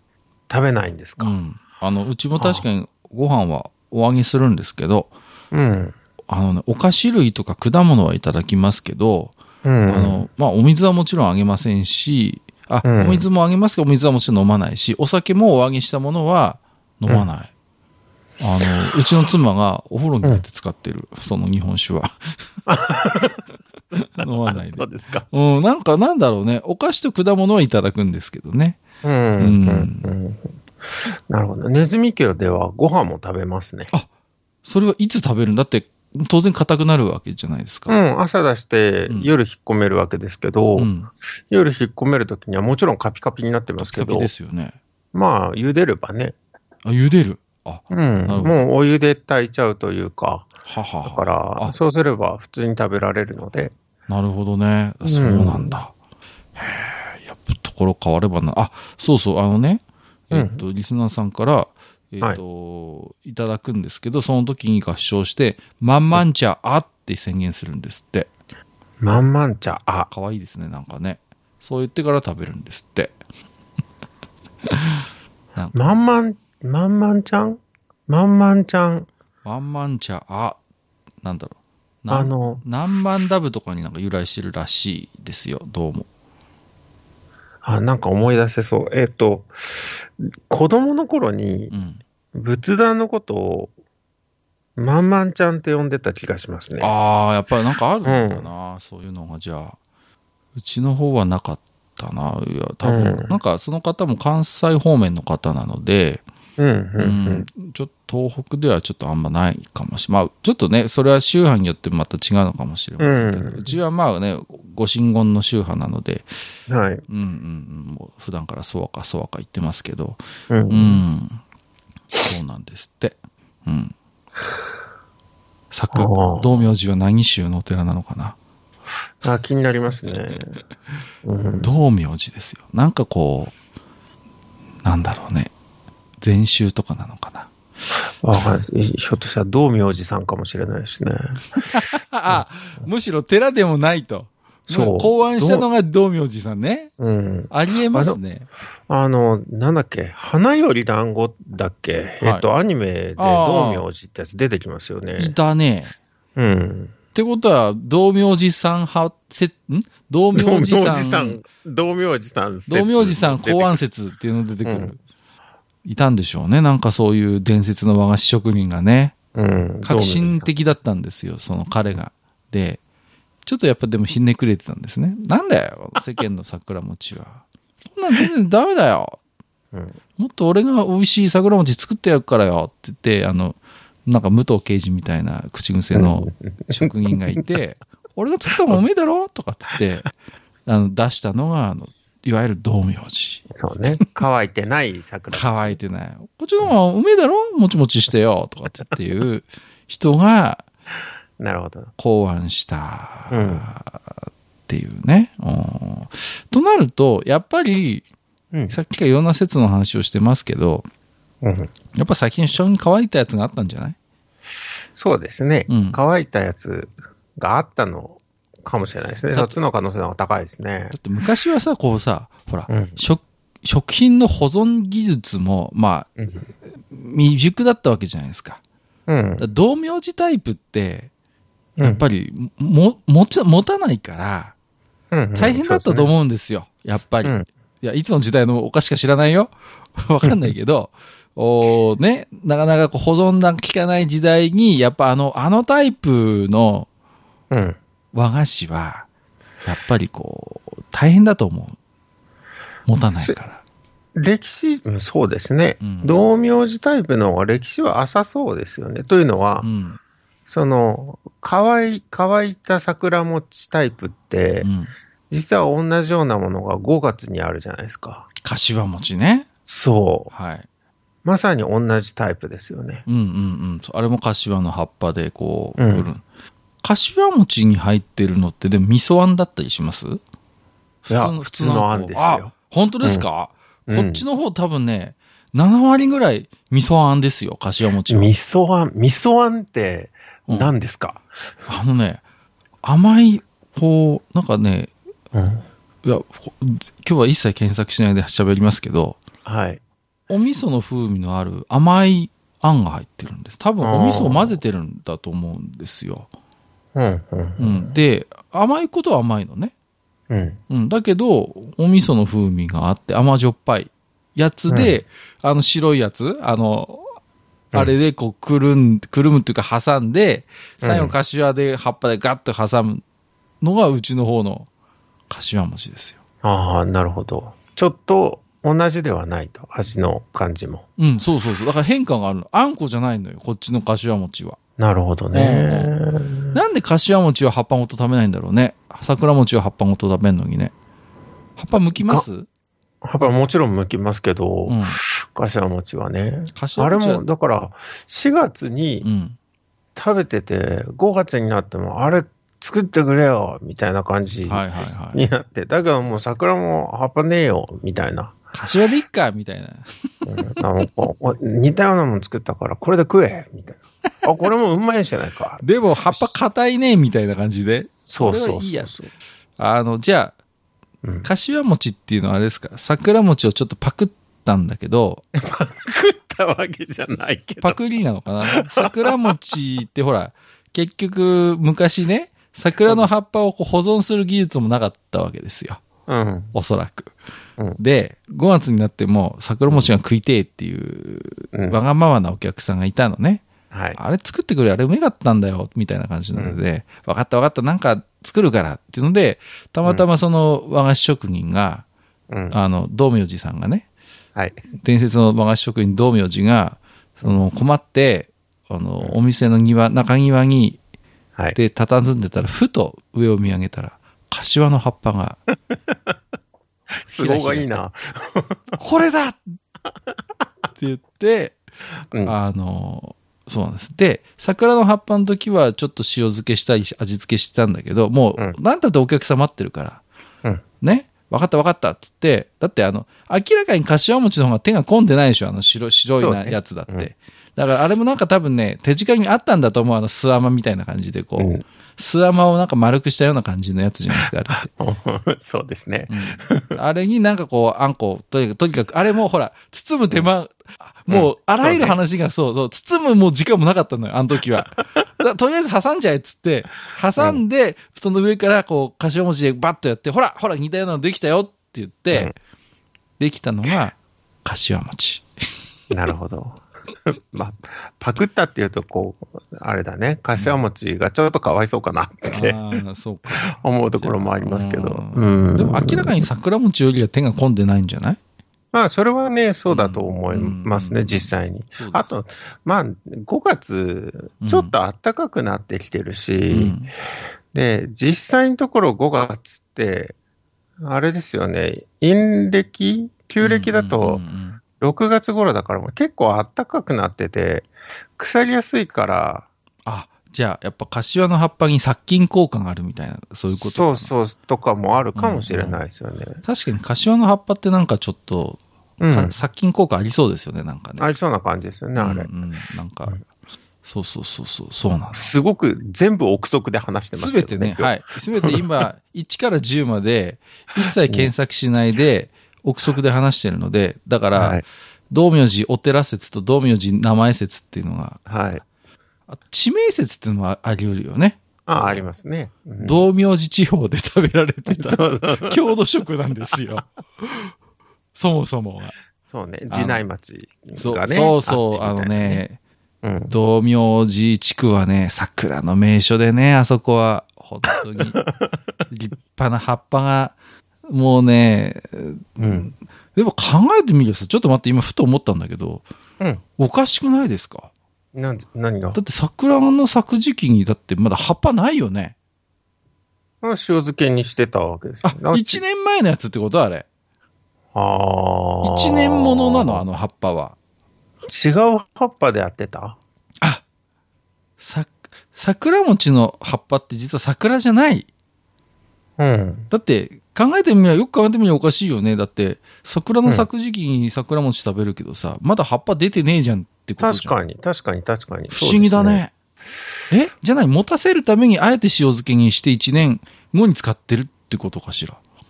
[SPEAKER 2] 食べないんです
[SPEAKER 1] う
[SPEAKER 2] か、
[SPEAKER 1] ん。あの、うちも確かにご飯はお揚げするんですけど、
[SPEAKER 2] うん。
[SPEAKER 1] あのね、お菓子類とか果物はいただきますけど、
[SPEAKER 2] うん。
[SPEAKER 1] あの、まあ、お水はもちろんあげませんし、あ、
[SPEAKER 2] うん
[SPEAKER 1] お水もあげますけど、お水はもちろん飲まないし、お酒もお揚げしたものは飲まない。あの、うちの妻がお風呂に入れて使ってる、その日本酒 は。飲まないで
[SPEAKER 2] そ。うですか。
[SPEAKER 1] うん、なんかなんだろうね。お菓子と果物はいただくんですけどね。
[SPEAKER 2] うん
[SPEAKER 1] ん
[SPEAKER 2] うんなるほど。ネズミ家ではご飯も食べますね。
[SPEAKER 1] それはいつ食べるんだって、当然硬くなるわけじゃないです
[SPEAKER 2] う
[SPEAKER 1] か。
[SPEAKER 2] ん、朝出して
[SPEAKER 1] うん
[SPEAKER 2] 夜引っ込めるわけですけど、
[SPEAKER 1] うん。
[SPEAKER 2] 夜引っ込めるときにはもちろんカピカピになってますけ
[SPEAKER 1] カ
[SPEAKER 2] ど、
[SPEAKER 1] ピですよね。
[SPEAKER 2] まあ、茹でればね、
[SPEAKER 1] あ、茹でる。あ、
[SPEAKER 2] うん、
[SPEAKER 1] なるほど
[SPEAKER 2] もうお湯で炊いちゃうというか、
[SPEAKER 1] はは
[SPEAKER 2] だ
[SPEAKER 1] は
[SPEAKER 2] か。
[SPEAKER 1] あ
[SPEAKER 2] ら、そうすれば普通に食べられるので、
[SPEAKER 1] なるほどね。
[SPEAKER 2] ん
[SPEAKER 1] そうなんだ。へえ、やっぱところ変わればな。あ、そうそう、あのね、
[SPEAKER 2] うん
[SPEAKER 1] えっ、と、リスナーさんから、えっ、と、い、ただくんですけど、その時に合唱して、まんまんちゃあって宣言するんですって。
[SPEAKER 2] まんまん茶、あ、
[SPEAKER 1] 可愛いですね、なんかね。そう言ってから食べるんですって。なんか
[SPEAKER 2] まんまん、まんまんちゃんまんまんちゃん、
[SPEAKER 1] まんまんちゃあ、なんだろう。な
[SPEAKER 2] あ
[SPEAKER 1] ん
[SPEAKER 2] の、
[SPEAKER 1] 何万ダブとかになんか由来してるらしいですよ、どうも。
[SPEAKER 2] あ、なんか思い出せそう。えっ、と、子供の頃に
[SPEAKER 1] うん。
[SPEAKER 2] 仏壇のことを、まんまんちゃんって呼んでた気がしますね。
[SPEAKER 1] ああ、やっぱりなんかあるんだな、そういうのが、じゃあ。うちの方はなかったな。いや、多分、
[SPEAKER 2] うん
[SPEAKER 1] なんかその方も関西方面の方なので、
[SPEAKER 2] うん、う、
[SPEAKER 1] うんちょっと東北ではちょっとあんまないかもしれない。まあ、ちょっとね、それは宗派によってまた違うのかもしれませんけど、う
[SPEAKER 2] うん
[SPEAKER 1] ちはまあね、ご神言の宗派なので、
[SPEAKER 2] うん。はい。
[SPEAKER 1] うんうんうん、もう普段からそうかそうか言ってますけど、
[SPEAKER 2] う。
[SPEAKER 1] うんん。そうなんですって。うん。作
[SPEAKER 2] あー、
[SPEAKER 1] 道明寺は何宗のお寺なのかな
[SPEAKER 2] あ、気になりますね。うん。
[SPEAKER 1] 道明寺ですよ。なんかこう、なんだろうね。禅宗とかなのかな。
[SPEAKER 2] わかんないひょっとしたら道明寺さんかもしれないしね。
[SPEAKER 1] あ、むしろ寺でもないと。
[SPEAKER 2] そう
[SPEAKER 1] 考案したのが道明寺さんね。
[SPEAKER 2] うん。
[SPEAKER 1] ありえますね。
[SPEAKER 2] あの、なんだっけ、花より団子だっけ、えっと、アニメで
[SPEAKER 1] あ
[SPEAKER 2] 道
[SPEAKER 1] ー
[SPEAKER 2] 明寺ってやつ出てきますよ
[SPEAKER 1] い
[SPEAKER 2] ね。
[SPEAKER 1] たね。
[SPEAKER 2] うん。
[SPEAKER 1] ってことは、道明寺さん派、せ、ん道明
[SPEAKER 2] 道明
[SPEAKER 1] 寺さ
[SPEAKER 2] 寺
[SPEAKER 1] ん。
[SPEAKER 2] さん、道明寺さん説、
[SPEAKER 1] 道明寺さん考案説っていうの出てくる。いたんでしょうね。なんかそういう伝説の和菓子職人がね。
[SPEAKER 2] うん、
[SPEAKER 1] 革新的だったんですよ、その彼が。で、ちょっとやっぱでもひねくれてたんですね。なんだよ、世間の桜餅は。そんなん全然ダメだよ。
[SPEAKER 2] 道明寺さん。
[SPEAKER 1] もっと俺が美味しい桜餅作ってやるからよって言って、あの、なんか武藤刑事みたいな口癖の職人がいて、俺が作った方がうめえだろとかっつって、あの、出したのが、あの、いわゆる道明寺。
[SPEAKER 2] うんそ うね。乾いてない桜。
[SPEAKER 1] 乾いてない。こっちの方がうめえだろもちもちしてよとかってっていう人が、
[SPEAKER 2] なるほど。
[SPEAKER 1] 考案した
[SPEAKER 2] うん
[SPEAKER 1] っていうね。うんとなると、やっぱり、
[SPEAKER 2] うん。
[SPEAKER 1] さっきからいろんな説の話をしてますけど、
[SPEAKER 2] うん
[SPEAKER 1] やっぱ先に緒に乾いたやつがあったんじゃない
[SPEAKER 2] そうですね、
[SPEAKER 1] うん
[SPEAKER 2] 乾いたやつがあったのかもしれないですね。
[SPEAKER 1] だ
[SPEAKER 2] そ
[SPEAKER 1] っ
[SPEAKER 2] っちの可能性の方が高いですね
[SPEAKER 1] だ。って昔はさ、こうさ、ほら、
[SPEAKER 2] うん
[SPEAKER 1] 食、食品の保存技術も、まあ、
[SPEAKER 2] うん
[SPEAKER 1] 未熟だったわけじゃないですか。
[SPEAKER 2] うん
[SPEAKER 1] だから道明寺タイプって、
[SPEAKER 2] うん
[SPEAKER 1] やっぱり、も、持ち、持たないから、
[SPEAKER 2] うん
[SPEAKER 1] 大変だったと思うんですよ。やっぱり。
[SPEAKER 2] うん
[SPEAKER 1] いや、いつの時代のお菓子か知らないよ。 わかんないけど、おーね、なかなかこう保存が効かない時代に、やっぱあの、あのタイプの
[SPEAKER 2] うんうん
[SPEAKER 1] 和菓子は、やっぱりこう、大変だと思う。持たないから。
[SPEAKER 2] 歴史、うんそうですね、
[SPEAKER 1] うん
[SPEAKER 2] 道明寺タイプの方が歴史は浅そうですよね。というのは、
[SPEAKER 1] うん。
[SPEAKER 2] その乾い、乾いた桜餅タイプって、
[SPEAKER 1] うん。
[SPEAKER 2] 実は同じようなものが5月にあるじゃないですか。
[SPEAKER 1] 柏餅ね。
[SPEAKER 2] そう。
[SPEAKER 1] はい。
[SPEAKER 2] まさに同じタイプですよね。
[SPEAKER 1] うんうんうんそう。あれも柏の葉っぱでこう、
[SPEAKER 2] うん
[SPEAKER 1] くる柏餅に入ってるのって、でも味噌あんだったりします普
[SPEAKER 2] や
[SPEAKER 1] の
[SPEAKER 2] 普通のあんですよ
[SPEAKER 1] あ、本当ですか、
[SPEAKER 2] うん
[SPEAKER 1] こっちの方多分ね、7割ぐらい味噌あんですよ、柏餅は。
[SPEAKER 2] 味噌あん、味噌あんって
[SPEAKER 1] うん
[SPEAKER 2] 何ですか、
[SPEAKER 1] あのね、甘い、こう、なんかね、
[SPEAKER 2] うん
[SPEAKER 1] いや、こ今日は一切検索しないで喋りますけど、
[SPEAKER 2] はい。
[SPEAKER 1] お味噌の風味のある甘いあんが入ってるんです。多分お味噌を混ぜてるんだと思うんですよ。
[SPEAKER 2] うん、うん、
[SPEAKER 1] うん。で、甘いことは甘いのね。
[SPEAKER 2] うん。
[SPEAKER 1] うん。だけど、お味噌の風味があって甘じょっぱいやつで、あの白いやつ、あの、
[SPEAKER 2] うん
[SPEAKER 1] あれでこうくるん、くるむっていうか挟んで、
[SPEAKER 2] うん
[SPEAKER 1] 最後柏で葉っぱでガッと挟むのがうちの方の柏餅ですよ。
[SPEAKER 2] ああ、なるほど。ちょっと同じではないと、味の感じも。
[SPEAKER 1] うん、そうそうそう。だから変化があるの。あんこじゃないのよ、こっちの柏餅は。
[SPEAKER 2] なるほどね。
[SPEAKER 1] なんで柏餅は葉っぱごと食べないんだろうね。桜餅は葉っぱごと食べんのにね。葉っぱ剥きます
[SPEAKER 2] やっぱりもちろん向きますけど
[SPEAKER 1] う、ん。
[SPEAKER 2] 柏餅はね。あ
[SPEAKER 1] 柏
[SPEAKER 2] れ
[SPEAKER 1] 餅は
[SPEAKER 2] も、だから、4月に
[SPEAKER 1] うん。
[SPEAKER 2] 食べてて、5月になっても、あれ作ってくれよ、みたいな感じにな
[SPEAKER 1] はい
[SPEAKER 2] って、
[SPEAKER 1] はいはい。
[SPEAKER 2] だけどもう桜も葉っぱねえよ、みたいな。
[SPEAKER 1] 柏でいっか、みたいな。
[SPEAKER 2] うんあのこうお似たようなもん作ったから、これで食え、みたいな。あ、これもうまいんじゃないか。
[SPEAKER 1] でも葉っぱ硬いね、みたいな感じで。
[SPEAKER 2] そうそうそう
[SPEAKER 1] これはいいや
[SPEAKER 2] そう。
[SPEAKER 1] あの、じゃあ、
[SPEAKER 2] うん、
[SPEAKER 1] 柏餅っていうのはあれですか桜餅をちょっとパクったんだけど、
[SPEAKER 2] 食ったわけじゃないけど
[SPEAKER 1] パ。クリなのかな桜餅ってほら、結局昔ね、桜の葉っぱをこう保存する技術もなかったわけですよ。
[SPEAKER 2] うん。
[SPEAKER 1] おそらく。
[SPEAKER 2] うん
[SPEAKER 1] で、5月になっても桜餅が食いてえっていう、
[SPEAKER 2] うん
[SPEAKER 1] わがままなお客さんがいたのね。
[SPEAKER 2] はい。
[SPEAKER 1] あれ作ってくれ、あれうめかったんだよ、みたいな感じなので、わ、かったわかった、なんか作るからっていうので、たまたまその和菓子職人が、
[SPEAKER 2] うん。
[SPEAKER 1] あの、道明寺さんがね、
[SPEAKER 2] はい。
[SPEAKER 1] 伝説の和菓子職人道明寺が、その困って、あの、お店の庭、中庭に、
[SPEAKER 2] はい。
[SPEAKER 1] で、佇んでたら、ふと上を見上げたら、柏の葉っぱが、
[SPEAKER 2] 都合がいいな。
[SPEAKER 1] これだって言って、
[SPEAKER 2] うん。
[SPEAKER 1] あの、そうなんです。で、桜の葉っぱの時はちょっと塩漬けしたりし味付けしたんだけど、も
[SPEAKER 2] うん
[SPEAKER 1] う、なんだってお客さん待ってるから、
[SPEAKER 2] うん
[SPEAKER 1] ね、わかったわかったっつって、だってあの、明らかに柏餅の方が手が込んでないでしょ、あの白、白い
[SPEAKER 2] そう
[SPEAKER 1] な
[SPEAKER 2] ね
[SPEAKER 1] やつだって。
[SPEAKER 2] うん
[SPEAKER 1] だからあれもなんか多分ね、手近にあったんだと思う、あの、スアマみたいな感じで、こう、
[SPEAKER 2] うん
[SPEAKER 1] スアマをなんか丸くしたような感じのやつじゃないですか、あれって。
[SPEAKER 2] そうですね。
[SPEAKER 1] うんあれになんかこう、あんこ、とにかく、とにかく、あれもうほら、包む手間、もう、あらゆる話が、そうそう、包むもう時間もなかったのよ、あの時 は。だからとりあえず挟んじゃえっつって、挟んで、その上からこう、柏餅でバッとやって、ほら、ほら、似たようなのできたよって言って、
[SPEAKER 2] うん
[SPEAKER 1] できたのが、柏餅。
[SPEAKER 2] なるほど。 まあ、パクったっていうと、こう、あれだね、柏餅がちょっとかわいそうかなっ
[SPEAKER 1] あ
[SPEAKER 2] て
[SPEAKER 1] ーそうか。
[SPEAKER 2] 思うところもありますけど。
[SPEAKER 1] う
[SPEAKER 2] うん。
[SPEAKER 1] でも明らかに桜餅よりは手が込んでないんじゃない
[SPEAKER 2] まあ、それはね、そうだと思います
[SPEAKER 1] う
[SPEAKER 2] ね、
[SPEAKER 1] ん
[SPEAKER 2] 実際に。あ、と、まあ、5月、ちょっと暖かくなってきてるし、
[SPEAKER 1] うん
[SPEAKER 2] で、実際のところ5月って、あれですよね、陰暦旧暦だ
[SPEAKER 1] う
[SPEAKER 2] と
[SPEAKER 1] んうんうん
[SPEAKER 2] 6月頃だからもう結構暖かくなってて、腐りやすいから、
[SPEAKER 1] あ、じゃあ、やっぱ柏の葉っぱに殺菌効果があるみたいな、そういうことか
[SPEAKER 2] そ
[SPEAKER 1] な
[SPEAKER 2] うそうとかもあるかもしれないですよね。
[SPEAKER 1] 確かに柏の葉っぱってなんかちょっと、
[SPEAKER 2] うん。
[SPEAKER 1] か殺菌効果ありそうですよね、なんかね。
[SPEAKER 2] ありそうな感じですよね、あれ
[SPEAKER 1] うん。うんなんか
[SPEAKER 2] うん、
[SPEAKER 1] そうそうそうそう、そうなんです。
[SPEAKER 2] すごく全部憶測で話してますす
[SPEAKER 1] べてね、
[SPEAKER 2] 今日
[SPEAKER 1] はい。すべて今、1から10まで、一切検索しないで、憶測で話してるので、だから、
[SPEAKER 2] はい。
[SPEAKER 1] 道明寺お寺説と道明寺名前説っていうのが、
[SPEAKER 2] はい。
[SPEAKER 1] あ地名説っていうのはあり得るよね。
[SPEAKER 2] あ、ありますね。うん
[SPEAKER 1] 道明寺地方で食べられてた
[SPEAKER 2] そうそう
[SPEAKER 1] 郷土食なんですよ。そもそもが。
[SPEAKER 2] そうね、寺内町
[SPEAKER 1] そう
[SPEAKER 2] がね。
[SPEAKER 1] そうそう、
[SPEAKER 2] あ
[SPEAKER 1] あ
[SPEAKER 2] って
[SPEAKER 1] の
[SPEAKER 2] みたいな。
[SPEAKER 1] ね、
[SPEAKER 2] うん。
[SPEAKER 1] 道明寺地区はね、桜の名所でね、あそこは、本当 に、立派な葉っぱが、もうね、
[SPEAKER 2] うん。
[SPEAKER 1] でも考えてみるとさ、ちょっと待って、今ふと思ったんだけど、
[SPEAKER 2] うん。
[SPEAKER 1] おかしくないですか
[SPEAKER 2] なん何が
[SPEAKER 1] だって桜の咲く時期に、だってまだ葉っぱないよね。
[SPEAKER 2] まあ塩漬けにしてたわけですよ
[SPEAKER 1] あ、1年前のやつってことあれ。
[SPEAKER 2] あ
[SPEAKER 1] 1年ものなの、あの葉っぱは。
[SPEAKER 2] 違う葉っぱでやってた
[SPEAKER 1] あさ、桜餅の葉っぱって実は桜じゃない。
[SPEAKER 2] うん。
[SPEAKER 1] だって、考えてみれば、よく考えてみればおかしいよね。だって、桜の咲く時期に桜餅食べるけどさ、まだ葉っぱ出てねえじゃんってこと
[SPEAKER 2] 確
[SPEAKER 1] じゃん。
[SPEAKER 2] かに、確かに、確かに。
[SPEAKER 1] 不思議だね。えじゃない、持たせるためにあえて塩漬けにして1年後に使ってるってことかしら。
[SPEAKER 2] そう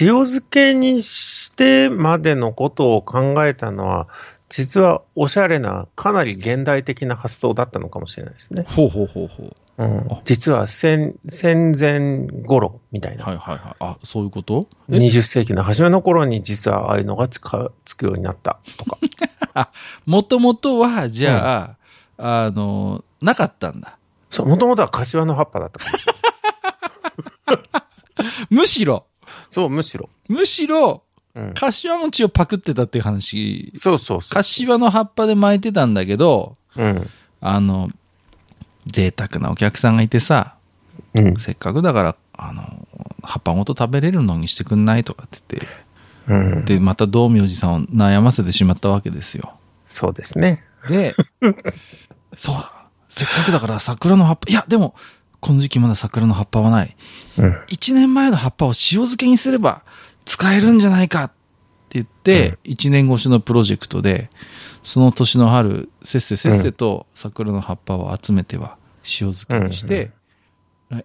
[SPEAKER 2] 塩漬けにしてまでのことを考えたのは、実はおしゃれな、かなり現代的な発想だったのかもしれないですね。
[SPEAKER 1] ほうほうほうほう。
[SPEAKER 2] うん、実は戦戦前頃みたいな、
[SPEAKER 1] はいはいはい。あ、そういうことえ
[SPEAKER 2] 20世紀の初めの頃に実はああいうのがつかつくようになったと か。
[SPEAKER 1] もともとは、じゃあ、あの、なかったんだ。
[SPEAKER 2] そう、もともとは柏の葉っぱだったかもしれない。
[SPEAKER 1] むしろ、
[SPEAKER 2] そう、むしろ。
[SPEAKER 1] むしろ、
[SPEAKER 2] うん、
[SPEAKER 1] 柏餅をパクってたっていう話。
[SPEAKER 2] そうそうそう。
[SPEAKER 1] 柏の葉っぱで巻いてたんだけど、
[SPEAKER 2] うん。
[SPEAKER 1] あの、贅沢なお客さんがいてさ、
[SPEAKER 2] うん。
[SPEAKER 1] せっかくだから、あの、葉っぱごと食べれるのにしてくんないとかって言って、
[SPEAKER 2] うん。
[SPEAKER 1] で、また道明寺さんを悩ませてしまったわけですよ。
[SPEAKER 2] そうですね。
[SPEAKER 1] で、そうだ。せっかくだから桜の葉っぱ、いや、でも、この時期まだ桜の葉っぱはない。
[SPEAKER 2] うん。
[SPEAKER 1] 1年前の葉っぱを塩漬けにすれば使えるんじゃないかって言って、1年越しのプロジェクトで、その年の春、せっせせっせと桜の葉っぱを集めては塩漬けにして、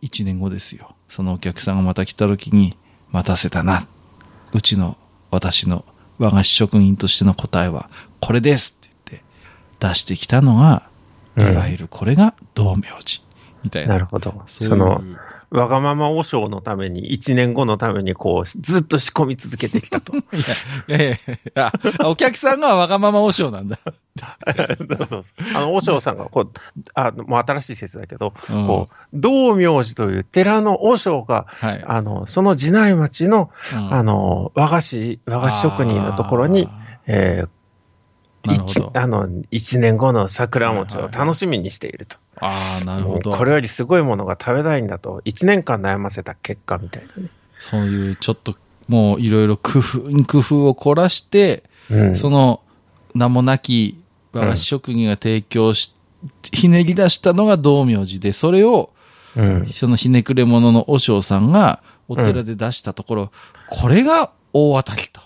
[SPEAKER 1] 1年後ですよ。そのお客さんがまた来た時に、待たせたな。うちの私の和菓子職人としての答えはこれですって言って出してきたのが、い
[SPEAKER 2] うん
[SPEAKER 1] わゆるこれが道明寺みたいな。
[SPEAKER 2] なるほど。
[SPEAKER 1] そ
[SPEAKER 2] そう
[SPEAKER 1] いう
[SPEAKER 2] の、わがまま和尚のために、1年後のために、こう、ずっと仕込み続けてきた と。
[SPEAKER 1] いやいやいやあお客さんがわがまま和尚なんだ。
[SPEAKER 2] そうそうそうあの、和尚さんが、こう、あの、もう新しい説だけど、
[SPEAKER 1] うん
[SPEAKER 2] こう、道明寺という寺の和尚が、
[SPEAKER 1] はい。
[SPEAKER 2] あの、その寺内町の、
[SPEAKER 1] うん
[SPEAKER 2] あの、和菓子、和菓子職人のところに、え
[SPEAKER 1] あーなるほ
[SPEAKER 2] ー、
[SPEAKER 1] ど
[SPEAKER 2] 一。あの、1年後の桜餅を楽しみにしていると。
[SPEAKER 1] ああ、なるほど。
[SPEAKER 2] もうこれよりすごいものが食べたいんだと、1年間悩ませた結果みたいなね。
[SPEAKER 1] そういうちょっと、もういろいろ工夫、工夫を凝らして、
[SPEAKER 2] うん
[SPEAKER 1] その名もなき和菓子職人が提供し、ひねり出したのが道明寺で、それを
[SPEAKER 2] うん
[SPEAKER 1] そのひねくれ者の和尚さんがお寺で出したところ、これが大当たりと。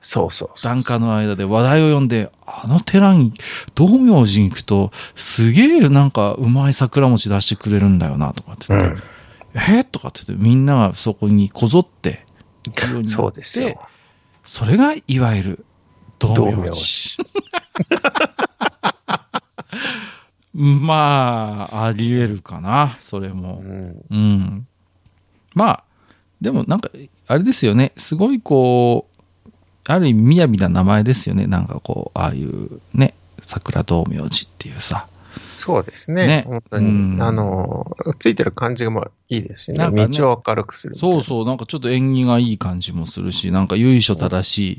[SPEAKER 2] そうそうそう。
[SPEAKER 1] 檀家の間で話題を呼んで、あの寺に、道明寺に行くと、すげえなんかうまい桜餅出してくれるんだよな、とかって
[SPEAKER 2] う
[SPEAKER 1] 言って、
[SPEAKER 2] ん、
[SPEAKER 1] えーとかって言って、みんながそこにこぞって行くようにな
[SPEAKER 2] そう
[SPEAKER 1] っ
[SPEAKER 2] です
[SPEAKER 1] て
[SPEAKER 2] よ、。
[SPEAKER 1] それがいわゆる道
[SPEAKER 2] 道
[SPEAKER 1] 明
[SPEAKER 2] 明
[SPEAKER 1] 寺
[SPEAKER 2] 寺。
[SPEAKER 1] まあ、あり得るかな、それ
[SPEAKER 2] う
[SPEAKER 1] も。
[SPEAKER 2] ん、
[SPEAKER 1] うん。まあ、でもなんか、あれですよね。すごいこう、ある意味雅な名前ですよね。なんかこう、ああいうね、桜道明寺っていうさ。
[SPEAKER 2] そうですね。
[SPEAKER 1] ね
[SPEAKER 2] 本当に、
[SPEAKER 1] うん
[SPEAKER 2] あの、ついてる感じがまあいいですしね。
[SPEAKER 1] なんかね
[SPEAKER 2] 道を明るくするみたいな。
[SPEAKER 1] そうそう、なんかちょっと縁起がいい感じもするし、なんか由緒正しい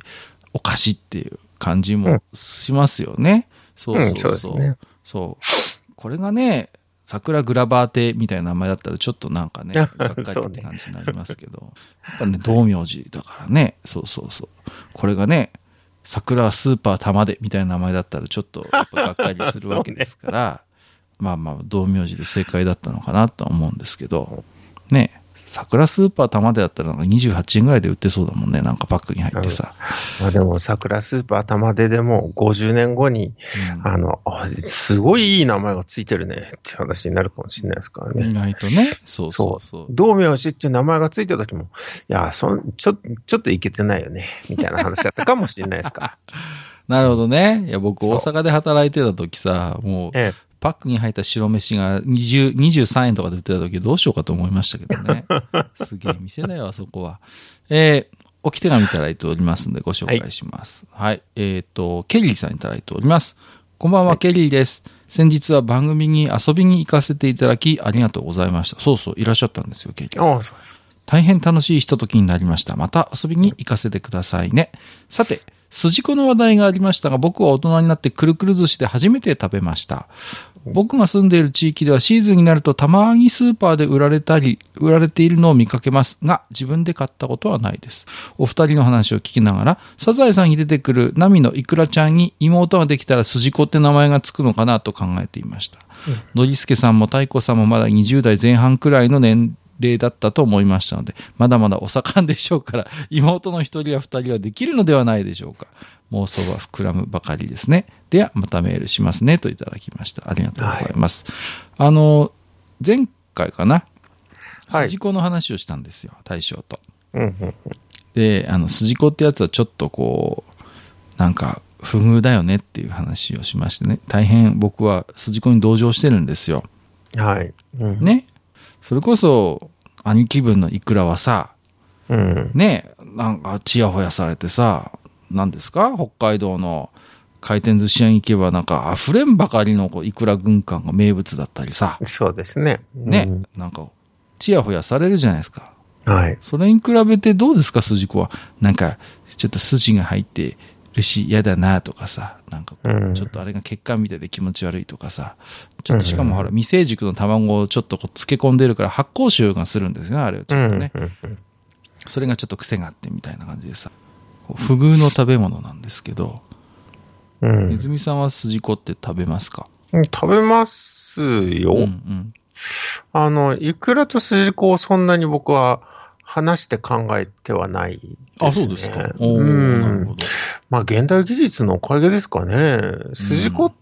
[SPEAKER 1] お菓子っていう感じもしますよね。そう
[SPEAKER 2] うん
[SPEAKER 1] そ
[SPEAKER 2] そう
[SPEAKER 1] う
[SPEAKER 2] です
[SPEAKER 1] そう。
[SPEAKER 2] ね。
[SPEAKER 1] そう。これがね、桜グラバー亭みたいな名前だったらちょっとなんかね、がっかりって感じになりますけど。やっぱね、道明寺だからね、そうそうそう。これがね、桜スーパー玉でみたいな名前だったらちょっとやっぱがっかりするわけですから、まあまあ、道明寺で正解だったのかなとは思うんですけど、ね、桜スーパー玉でだったらなんか28円ぐらいで売ってそうだもんね、なんかパックに入ってさ。
[SPEAKER 2] まあでも、桜スーパー玉出でも50年後に、
[SPEAKER 1] うん
[SPEAKER 2] あの、あすごいいい名前がついてるねって話になるかもしれないですからね。
[SPEAKER 1] 意外とね、そうそうそう。
[SPEAKER 2] 道明寺っていう名前がついた時も、いや、そんちょちょっといけてないよね、みたいな話だったかもしれないで すか
[SPEAKER 1] なるほどね。いや、僕、
[SPEAKER 2] そう
[SPEAKER 1] 大阪で働いてた時さ、もう、
[SPEAKER 2] ら。ええ、
[SPEAKER 1] パックに入った白飯が20 23円とかで売ってた時、どうしようかと思いましたけど ね。すげえ店だよ、あそこは。えー、置き手紙いただいておりますんで、ご紹介します。はい。えっ、と、ケリーさんいただいております。こんばんは、ケリーです。先日は番組に遊びに行かせていただき、ありがとうございました。そうそう、いらっしゃったんですよ、ケリーさん。
[SPEAKER 2] ああ、そうです。
[SPEAKER 1] 大変楽しいひとときになりました。また遊びに行かせてくださいね。さて、筋子の話題がありましたが、僕は大人になってくるくる寿司で初めて食べました。僕が住んでいる地域ではシーズンになるとたまにスーパーで売られたり、売られているのを見かけますが、自分で買ったことはないです。お二人の話を聞きながら、サザエさんに出てくるナミのイクラちゃんに妹ができたら筋子って名前がつくのかなと考えていました。のりすけさんも太鼓さんもまだ20代前半くらいの年齢だったと思いましたので、まだまだお盛んでしょうから、 妹の一人や二人はできるのではないでしょうか。妄想は膨らむばかりですね。では、またメールしますね。といただきました。ありがとうございます。あの、前回かな、
[SPEAKER 2] はい
[SPEAKER 1] 筋子の話をしたんですよ、大将と。
[SPEAKER 2] うんうん
[SPEAKER 1] で、あの、筋子ってやつはちょっとこう、なんか、不遇だよねっていう話をしましてね、大変僕は筋子に同情してるんですよ。
[SPEAKER 2] はい。うん。
[SPEAKER 1] ね。それこそ、兄貴分のイクラはさ、
[SPEAKER 2] うん。
[SPEAKER 1] ね、なんか、ちやほやされてさ、何ですか北海道の回転寿司屋に行けば、なんか、溢れんばかりのこうイクラ軍艦が名物だったりさ、
[SPEAKER 2] そうですね。
[SPEAKER 1] ね、なんか、ちやほやされるじゃないですか。
[SPEAKER 2] うん。はい。
[SPEAKER 1] それに比べてどうですか、筋子は。なんか、ちょっと筋が入ってるし、嫌だなとかさ、なんかこう、
[SPEAKER 2] うん
[SPEAKER 1] ちょっとあれが血管みたいで気持ち悪いとかさ、ちょっとしかもほら、未成熟の卵をちょっとこう漬け込んでるから発酵臭がするんですよね、あれをち
[SPEAKER 2] う
[SPEAKER 1] ょっ
[SPEAKER 2] ん
[SPEAKER 1] とね。。
[SPEAKER 2] うん
[SPEAKER 1] それがちょっと癖があってみたいな感じでさ、こう不遇の食べ物なんですけど、
[SPEAKER 2] うん。うん
[SPEAKER 1] 泉さんは筋子って食べますか
[SPEAKER 2] 食べますよ。
[SPEAKER 1] うんうん。
[SPEAKER 2] あの、イクラと筋子をそんなに僕は話して考えてはないです、ね。
[SPEAKER 1] あ、そうですか。お
[SPEAKER 2] う
[SPEAKER 1] ーなる
[SPEAKER 2] ん
[SPEAKER 1] ほ。ど。
[SPEAKER 2] まあ、現代技術のおかげですかね。筋子、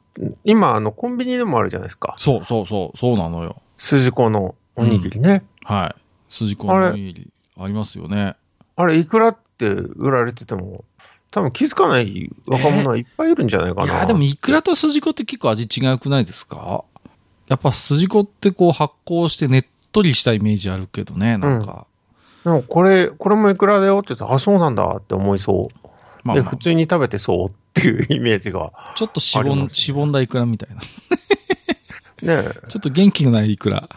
[SPEAKER 2] 今、あの、コンビニでもあるじゃないですか。
[SPEAKER 1] そうそうそう、そうなのよ。
[SPEAKER 2] 筋子のおにぎりね。
[SPEAKER 1] はい。筋子のおにぎりありますよね。
[SPEAKER 2] あれ、いくらって売られてても、多分気づかない若者はいっぱいいるんじゃないか
[SPEAKER 1] い
[SPEAKER 2] な。
[SPEAKER 1] や、でも、イクラと筋子って結構味違くないですかやっぱ筋子ってこう発酵してねっとりしたイメージあるけどね、なんか。
[SPEAKER 2] でもこれ、これもいくらだよって言って、あ、そうなんだって思いそう。
[SPEAKER 1] まあ
[SPEAKER 2] で、
[SPEAKER 1] ま
[SPEAKER 2] 普通に食べてそうっていうイメージが。
[SPEAKER 1] あ、ちょっとしぼ
[SPEAKER 2] あり
[SPEAKER 1] ん、
[SPEAKER 2] ますね
[SPEAKER 1] しぼんだイクラみたいな。ち
[SPEAKER 2] ね
[SPEAKER 1] ょっと元気のないイクラ。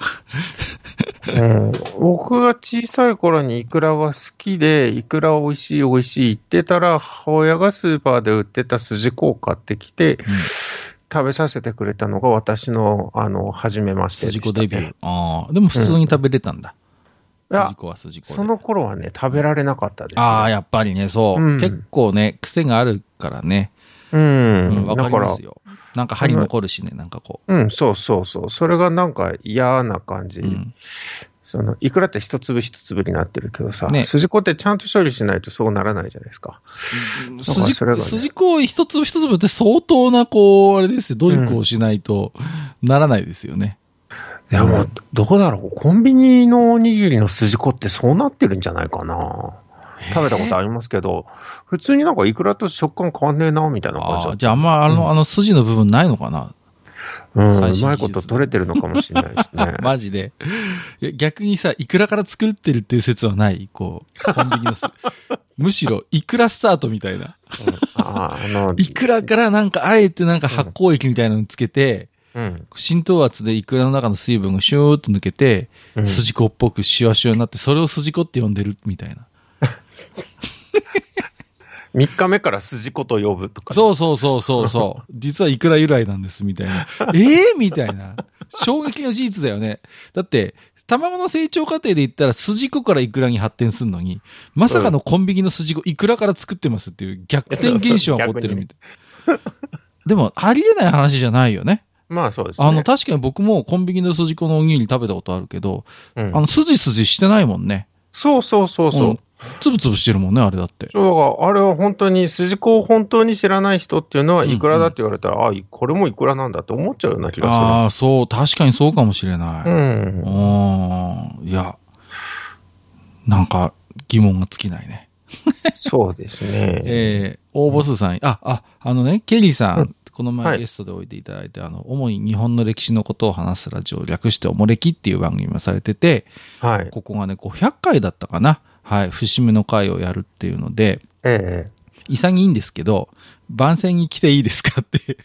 [SPEAKER 2] え、うん、僕が小さい頃にイクラは好きで、イクラ美味しい美味しい言ってたら、母親がスーパーで売ってた筋子を買ってきて、食べさせてくれたのが私の、あの、初めましてでし
[SPEAKER 1] 筋
[SPEAKER 2] た、ね。
[SPEAKER 1] 子デビュー。ああ、でも普通に食べれたんだ。
[SPEAKER 2] いや
[SPEAKER 1] 筋子は筋子で。
[SPEAKER 2] その頃はね、食べられなかったです、ね。
[SPEAKER 1] ああ、やっぱりね、そう、
[SPEAKER 2] うん
[SPEAKER 1] 結構ね、癖があるからね。
[SPEAKER 2] う
[SPEAKER 1] うん、
[SPEAKER 2] ん、
[SPEAKER 1] わ、
[SPEAKER 2] だ
[SPEAKER 1] かり
[SPEAKER 2] か
[SPEAKER 1] ま
[SPEAKER 2] ら
[SPEAKER 1] す、よ。なんか針残るしね、なんかこ
[SPEAKER 2] うん、そうそうそう。それがなんか嫌な感じ。
[SPEAKER 1] う。うん。
[SPEAKER 2] その、いくらって一粒一粒になってるけどさ、
[SPEAKER 1] ね
[SPEAKER 2] 筋子ってちゃんと処理しないとそうならないじゃないですか。だから
[SPEAKER 1] 筋
[SPEAKER 2] それがね
[SPEAKER 1] 筋子を一粒一粒って相当な、こう、あれですよ、努力をしないとならないですよね。
[SPEAKER 2] いや、もう、どうだろう。コンビニのおにぎりの筋子ってそうなってるんじゃないかな。食べたことありますけど、普通になんかいくらと食感変わんねえな、みたいな
[SPEAKER 1] あ
[SPEAKER 2] 感
[SPEAKER 1] あ、
[SPEAKER 2] じ
[SPEAKER 1] じゃああんまあの、あの筋の部分ないのかなあ最新
[SPEAKER 2] だうん、うま
[SPEAKER 1] 技
[SPEAKER 2] い
[SPEAKER 1] 術。
[SPEAKER 2] こと取れてるのかもしれないですね
[SPEAKER 1] マジで。いや逆にさ、イクラから作ってるっていう説はないこう、コンビニの すむしろ、イクラスタートみたいな。
[SPEAKER 2] うんあーあの、
[SPEAKER 1] イクラからなんか、あえてなんか発酵液みたいなのつけて、
[SPEAKER 2] うん、
[SPEAKER 1] 浸透圧でイクラの中の水分がシューッと抜けて、
[SPEAKER 2] うん
[SPEAKER 1] 筋子っぽくシワシワになって、それを筋子って呼んでるみたいな。
[SPEAKER 2] 3日目から筋子と呼ぶとかね、
[SPEAKER 1] そうそうそうそう そう。実はイクラ由来なんですみたいな。ええみたいな。衝撃の事実だよね。だって、卵の成長過程で言ったら筋子からイクラに発展するのに、まさかのコンビニの筋子イクラから作ってますっていう逆転現象が起こってるみたい。でも、ありえない話じゃないよね。
[SPEAKER 2] まあそうですね。
[SPEAKER 1] あの、確かに僕もコンビニの筋子のおにぎり食べたことあるけど、
[SPEAKER 2] うん
[SPEAKER 1] あの、筋筋してないもんね。
[SPEAKER 2] そうそうそうそう。
[SPEAKER 1] んつぶつぶしてるもんね、あれだって。
[SPEAKER 2] そうだから、あれは本当に、筋子を本当に知らない人っていうのは、
[SPEAKER 1] うん
[SPEAKER 2] いくらだって言われたら、ああ、これもいくらなんだって思っちゃうような気が
[SPEAKER 1] ああ、そう、確かにそうかもしれない。
[SPEAKER 2] する。うん。
[SPEAKER 1] うん。いや、なんか疑問が尽きないね。
[SPEAKER 2] そうですね。
[SPEAKER 1] えー、応募数さん、あ、あ、あのね、ケリーさん、
[SPEAKER 2] う
[SPEAKER 1] この
[SPEAKER 2] は
[SPEAKER 1] 前
[SPEAKER 2] い
[SPEAKER 1] ゲストでおいていただいて、あの、主に日本の歴史のことを話すラジオ、略しておもれきっていう番組もされてて、
[SPEAKER 2] はい。
[SPEAKER 1] ここがね、500回だったかな。はい、節目の回をやるっていうので、
[SPEAKER 2] ええ
[SPEAKER 1] 潔いんですけど、番宣に来ていいですかっ て。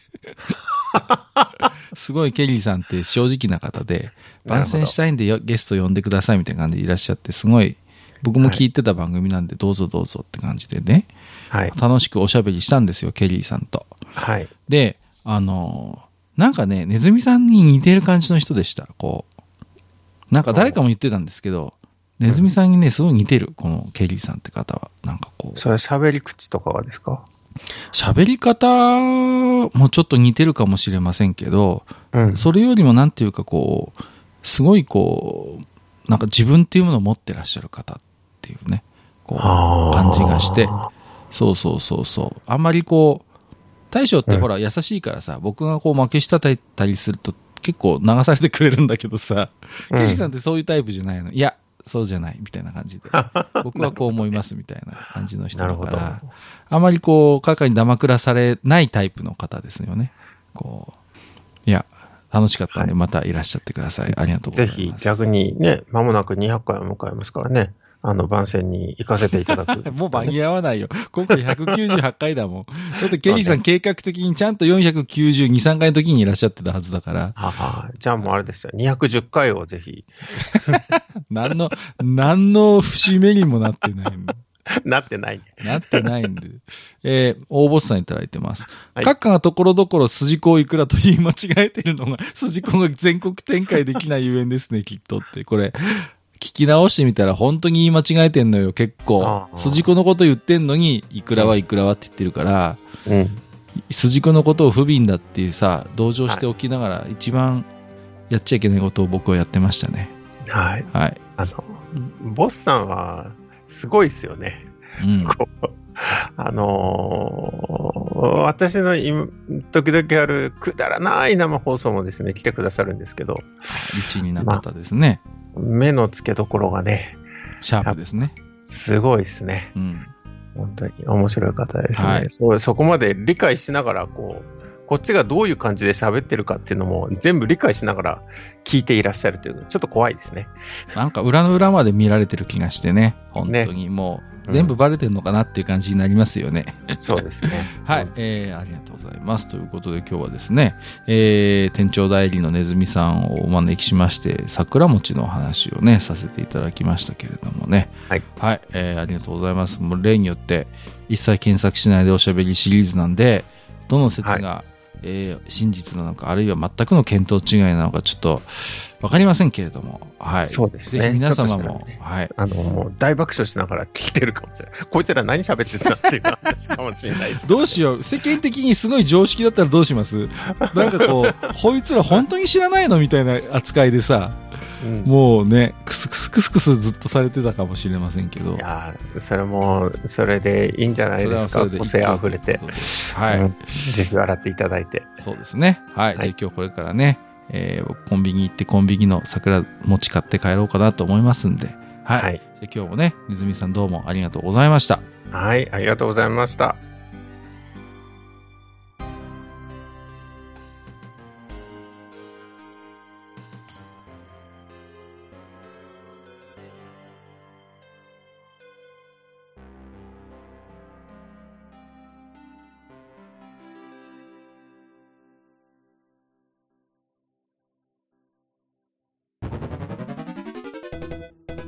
[SPEAKER 1] すごいケリーさんって正直な方で、
[SPEAKER 2] なる
[SPEAKER 1] 番
[SPEAKER 2] ほど
[SPEAKER 1] 宣したいんでよゲスト呼んでくださいみたいな感じでいらっしゃって、すごい、僕も聞いてた番組なんで、どうぞどうぞって感じでね、
[SPEAKER 2] はい。
[SPEAKER 1] 楽しくおしゃべりしたんですよ、ケリーさんと。
[SPEAKER 2] はい。
[SPEAKER 1] で、あのーなんかね、ネズミさんに似てる感じの人でした、こう。なんか誰かも言ってたんですけど、ネズミさんにね、すごい似てる、このケリーさんって方は。なんかこう。
[SPEAKER 2] それ、喋り口とかはですか
[SPEAKER 1] 喋り方もちょっと似てるかもしれませんけど、
[SPEAKER 2] うん。
[SPEAKER 1] それよりもなんていうかこう、すごいこう、なんか自分っていうものを持ってらっしゃる方っていうね、こう、
[SPEAKER 2] あー
[SPEAKER 1] 感じがして、そうそうそうそう。あんまりこう、大将ってほら優しいからさ、僕がこう負けしたたいたりすると結構流されてくれるんだけどさ、
[SPEAKER 2] うん
[SPEAKER 1] ケリーさんってそういうタイプじゃないの。いや、そうじゃないみたいな感 じで、僕はこう思いますみたいな感じの人
[SPEAKER 2] な
[SPEAKER 1] だ
[SPEAKER 2] る
[SPEAKER 1] か
[SPEAKER 2] ほど。
[SPEAKER 1] ら、あまりこう、カカに黙らされないタイプの方ですよね。こう、いや、楽しかったんで、またいらっしゃってください。ありがとうござ
[SPEAKER 2] ぜ
[SPEAKER 1] います。
[SPEAKER 2] ひ逆にね、まもなく200回を迎えますからね、あの番宣に行かせていた だく。
[SPEAKER 1] もう間に合わないよ。今回198回だもん。だってケリーさん計画的にちゃんと492、3回の時にいらっしゃってたはずだから、
[SPEAKER 2] ああ、じゃあもうあれですよ。210回をぜひ、
[SPEAKER 1] 何の、何の節目にもなってないの。
[SPEAKER 2] なってない。
[SPEAKER 1] なってないんで。えー、大ボスさんいただいてます。
[SPEAKER 2] はい
[SPEAKER 1] 閣下がところどころ筋子をいくらと言い間違えてるのが、 筋子が全国展開できないゆえんですね、きっとって。これ、聞き直してみたら本当に言い間違えてんのよ、結構
[SPEAKER 2] あ。あ
[SPEAKER 1] 筋子のこと言ってんのに、いくらはいくらはって言ってるから、
[SPEAKER 2] うん。
[SPEAKER 1] 筋子のことを不憫だっていうさ、同情しておきながら、一番やっちゃいけないことを僕はやってましたね。
[SPEAKER 2] はい。
[SPEAKER 1] はい。
[SPEAKER 2] あの、ボスさんは、すごいですよね。
[SPEAKER 1] うん。
[SPEAKER 2] こうあのー私の今時々あるくだらない生放送もですね、来てくださるんですけど、
[SPEAKER 1] 一位になったですね。
[SPEAKER 2] 目の付けどころがね、
[SPEAKER 1] シャープですね。
[SPEAKER 2] すごいですね。
[SPEAKER 1] うん。
[SPEAKER 2] 本当に面白い方ですね、
[SPEAKER 1] はい
[SPEAKER 2] そうそこまで理解しながらこうこっちがどういう感じで喋ってるかっていうのも全部理解しながら聞いていらっしゃるというのちょっと怖いで すね
[SPEAKER 1] なんか裏の裏まで見られてる気がしてね、本当にもう
[SPEAKER 2] うん
[SPEAKER 1] 全部バレてるのかなっていう感じになりますよね。
[SPEAKER 2] そうですね
[SPEAKER 1] はい、えーありがとうございます。ということで今日はですね、えー店長代理のネズミさんをお招きしまして、桜餅のお話をね、させていただきましたけれどもね。
[SPEAKER 2] はい。
[SPEAKER 1] えーありがとうございます。もう例によって、一切検索しないでおしゃべりシリーズなんで、どの説が、えー真実なのか、あるいは全くの見当違いなのか、ちょっとわかりませんけれども、はい。
[SPEAKER 2] そうですね
[SPEAKER 1] ぜひ皆様
[SPEAKER 2] ちょっと
[SPEAKER 1] も
[SPEAKER 2] したらね、
[SPEAKER 1] はい。
[SPEAKER 2] あのもう大爆笑しながら聞いてるかもしれないこいつら何喋ってたっていう話かもしれないです
[SPEAKER 1] どうしよう世間的にすごい常識だったらどうしますなんかこう、 こいつら本当に知らないのみたいな扱いでさ、
[SPEAKER 2] うん
[SPEAKER 1] もうね、クスクスクスクスずっとされてたかもしれませんけど
[SPEAKER 2] い、やーそれもそれでいいんじゃない
[SPEAKER 1] それ
[SPEAKER 2] で
[SPEAKER 1] は
[SPEAKER 2] す
[SPEAKER 1] そ
[SPEAKER 2] か
[SPEAKER 1] れで
[SPEAKER 2] 個性あふれて、
[SPEAKER 1] はい、
[SPEAKER 2] うんぜひ笑っていただいて
[SPEAKER 1] そうですね。はい、
[SPEAKER 2] はい
[SPEAKER 1] じゃあ今日これからね、えー僕コンビニ行ってコンビニの桜餅買って帰ろうかなと思いますんで、はい。
[SPEAKER 2] はい、
[SPEAKER 1] じゃあ今日もね、ねずみさんどうもありがとうございました。
[SPEAKER 2] はい、ありがとうございました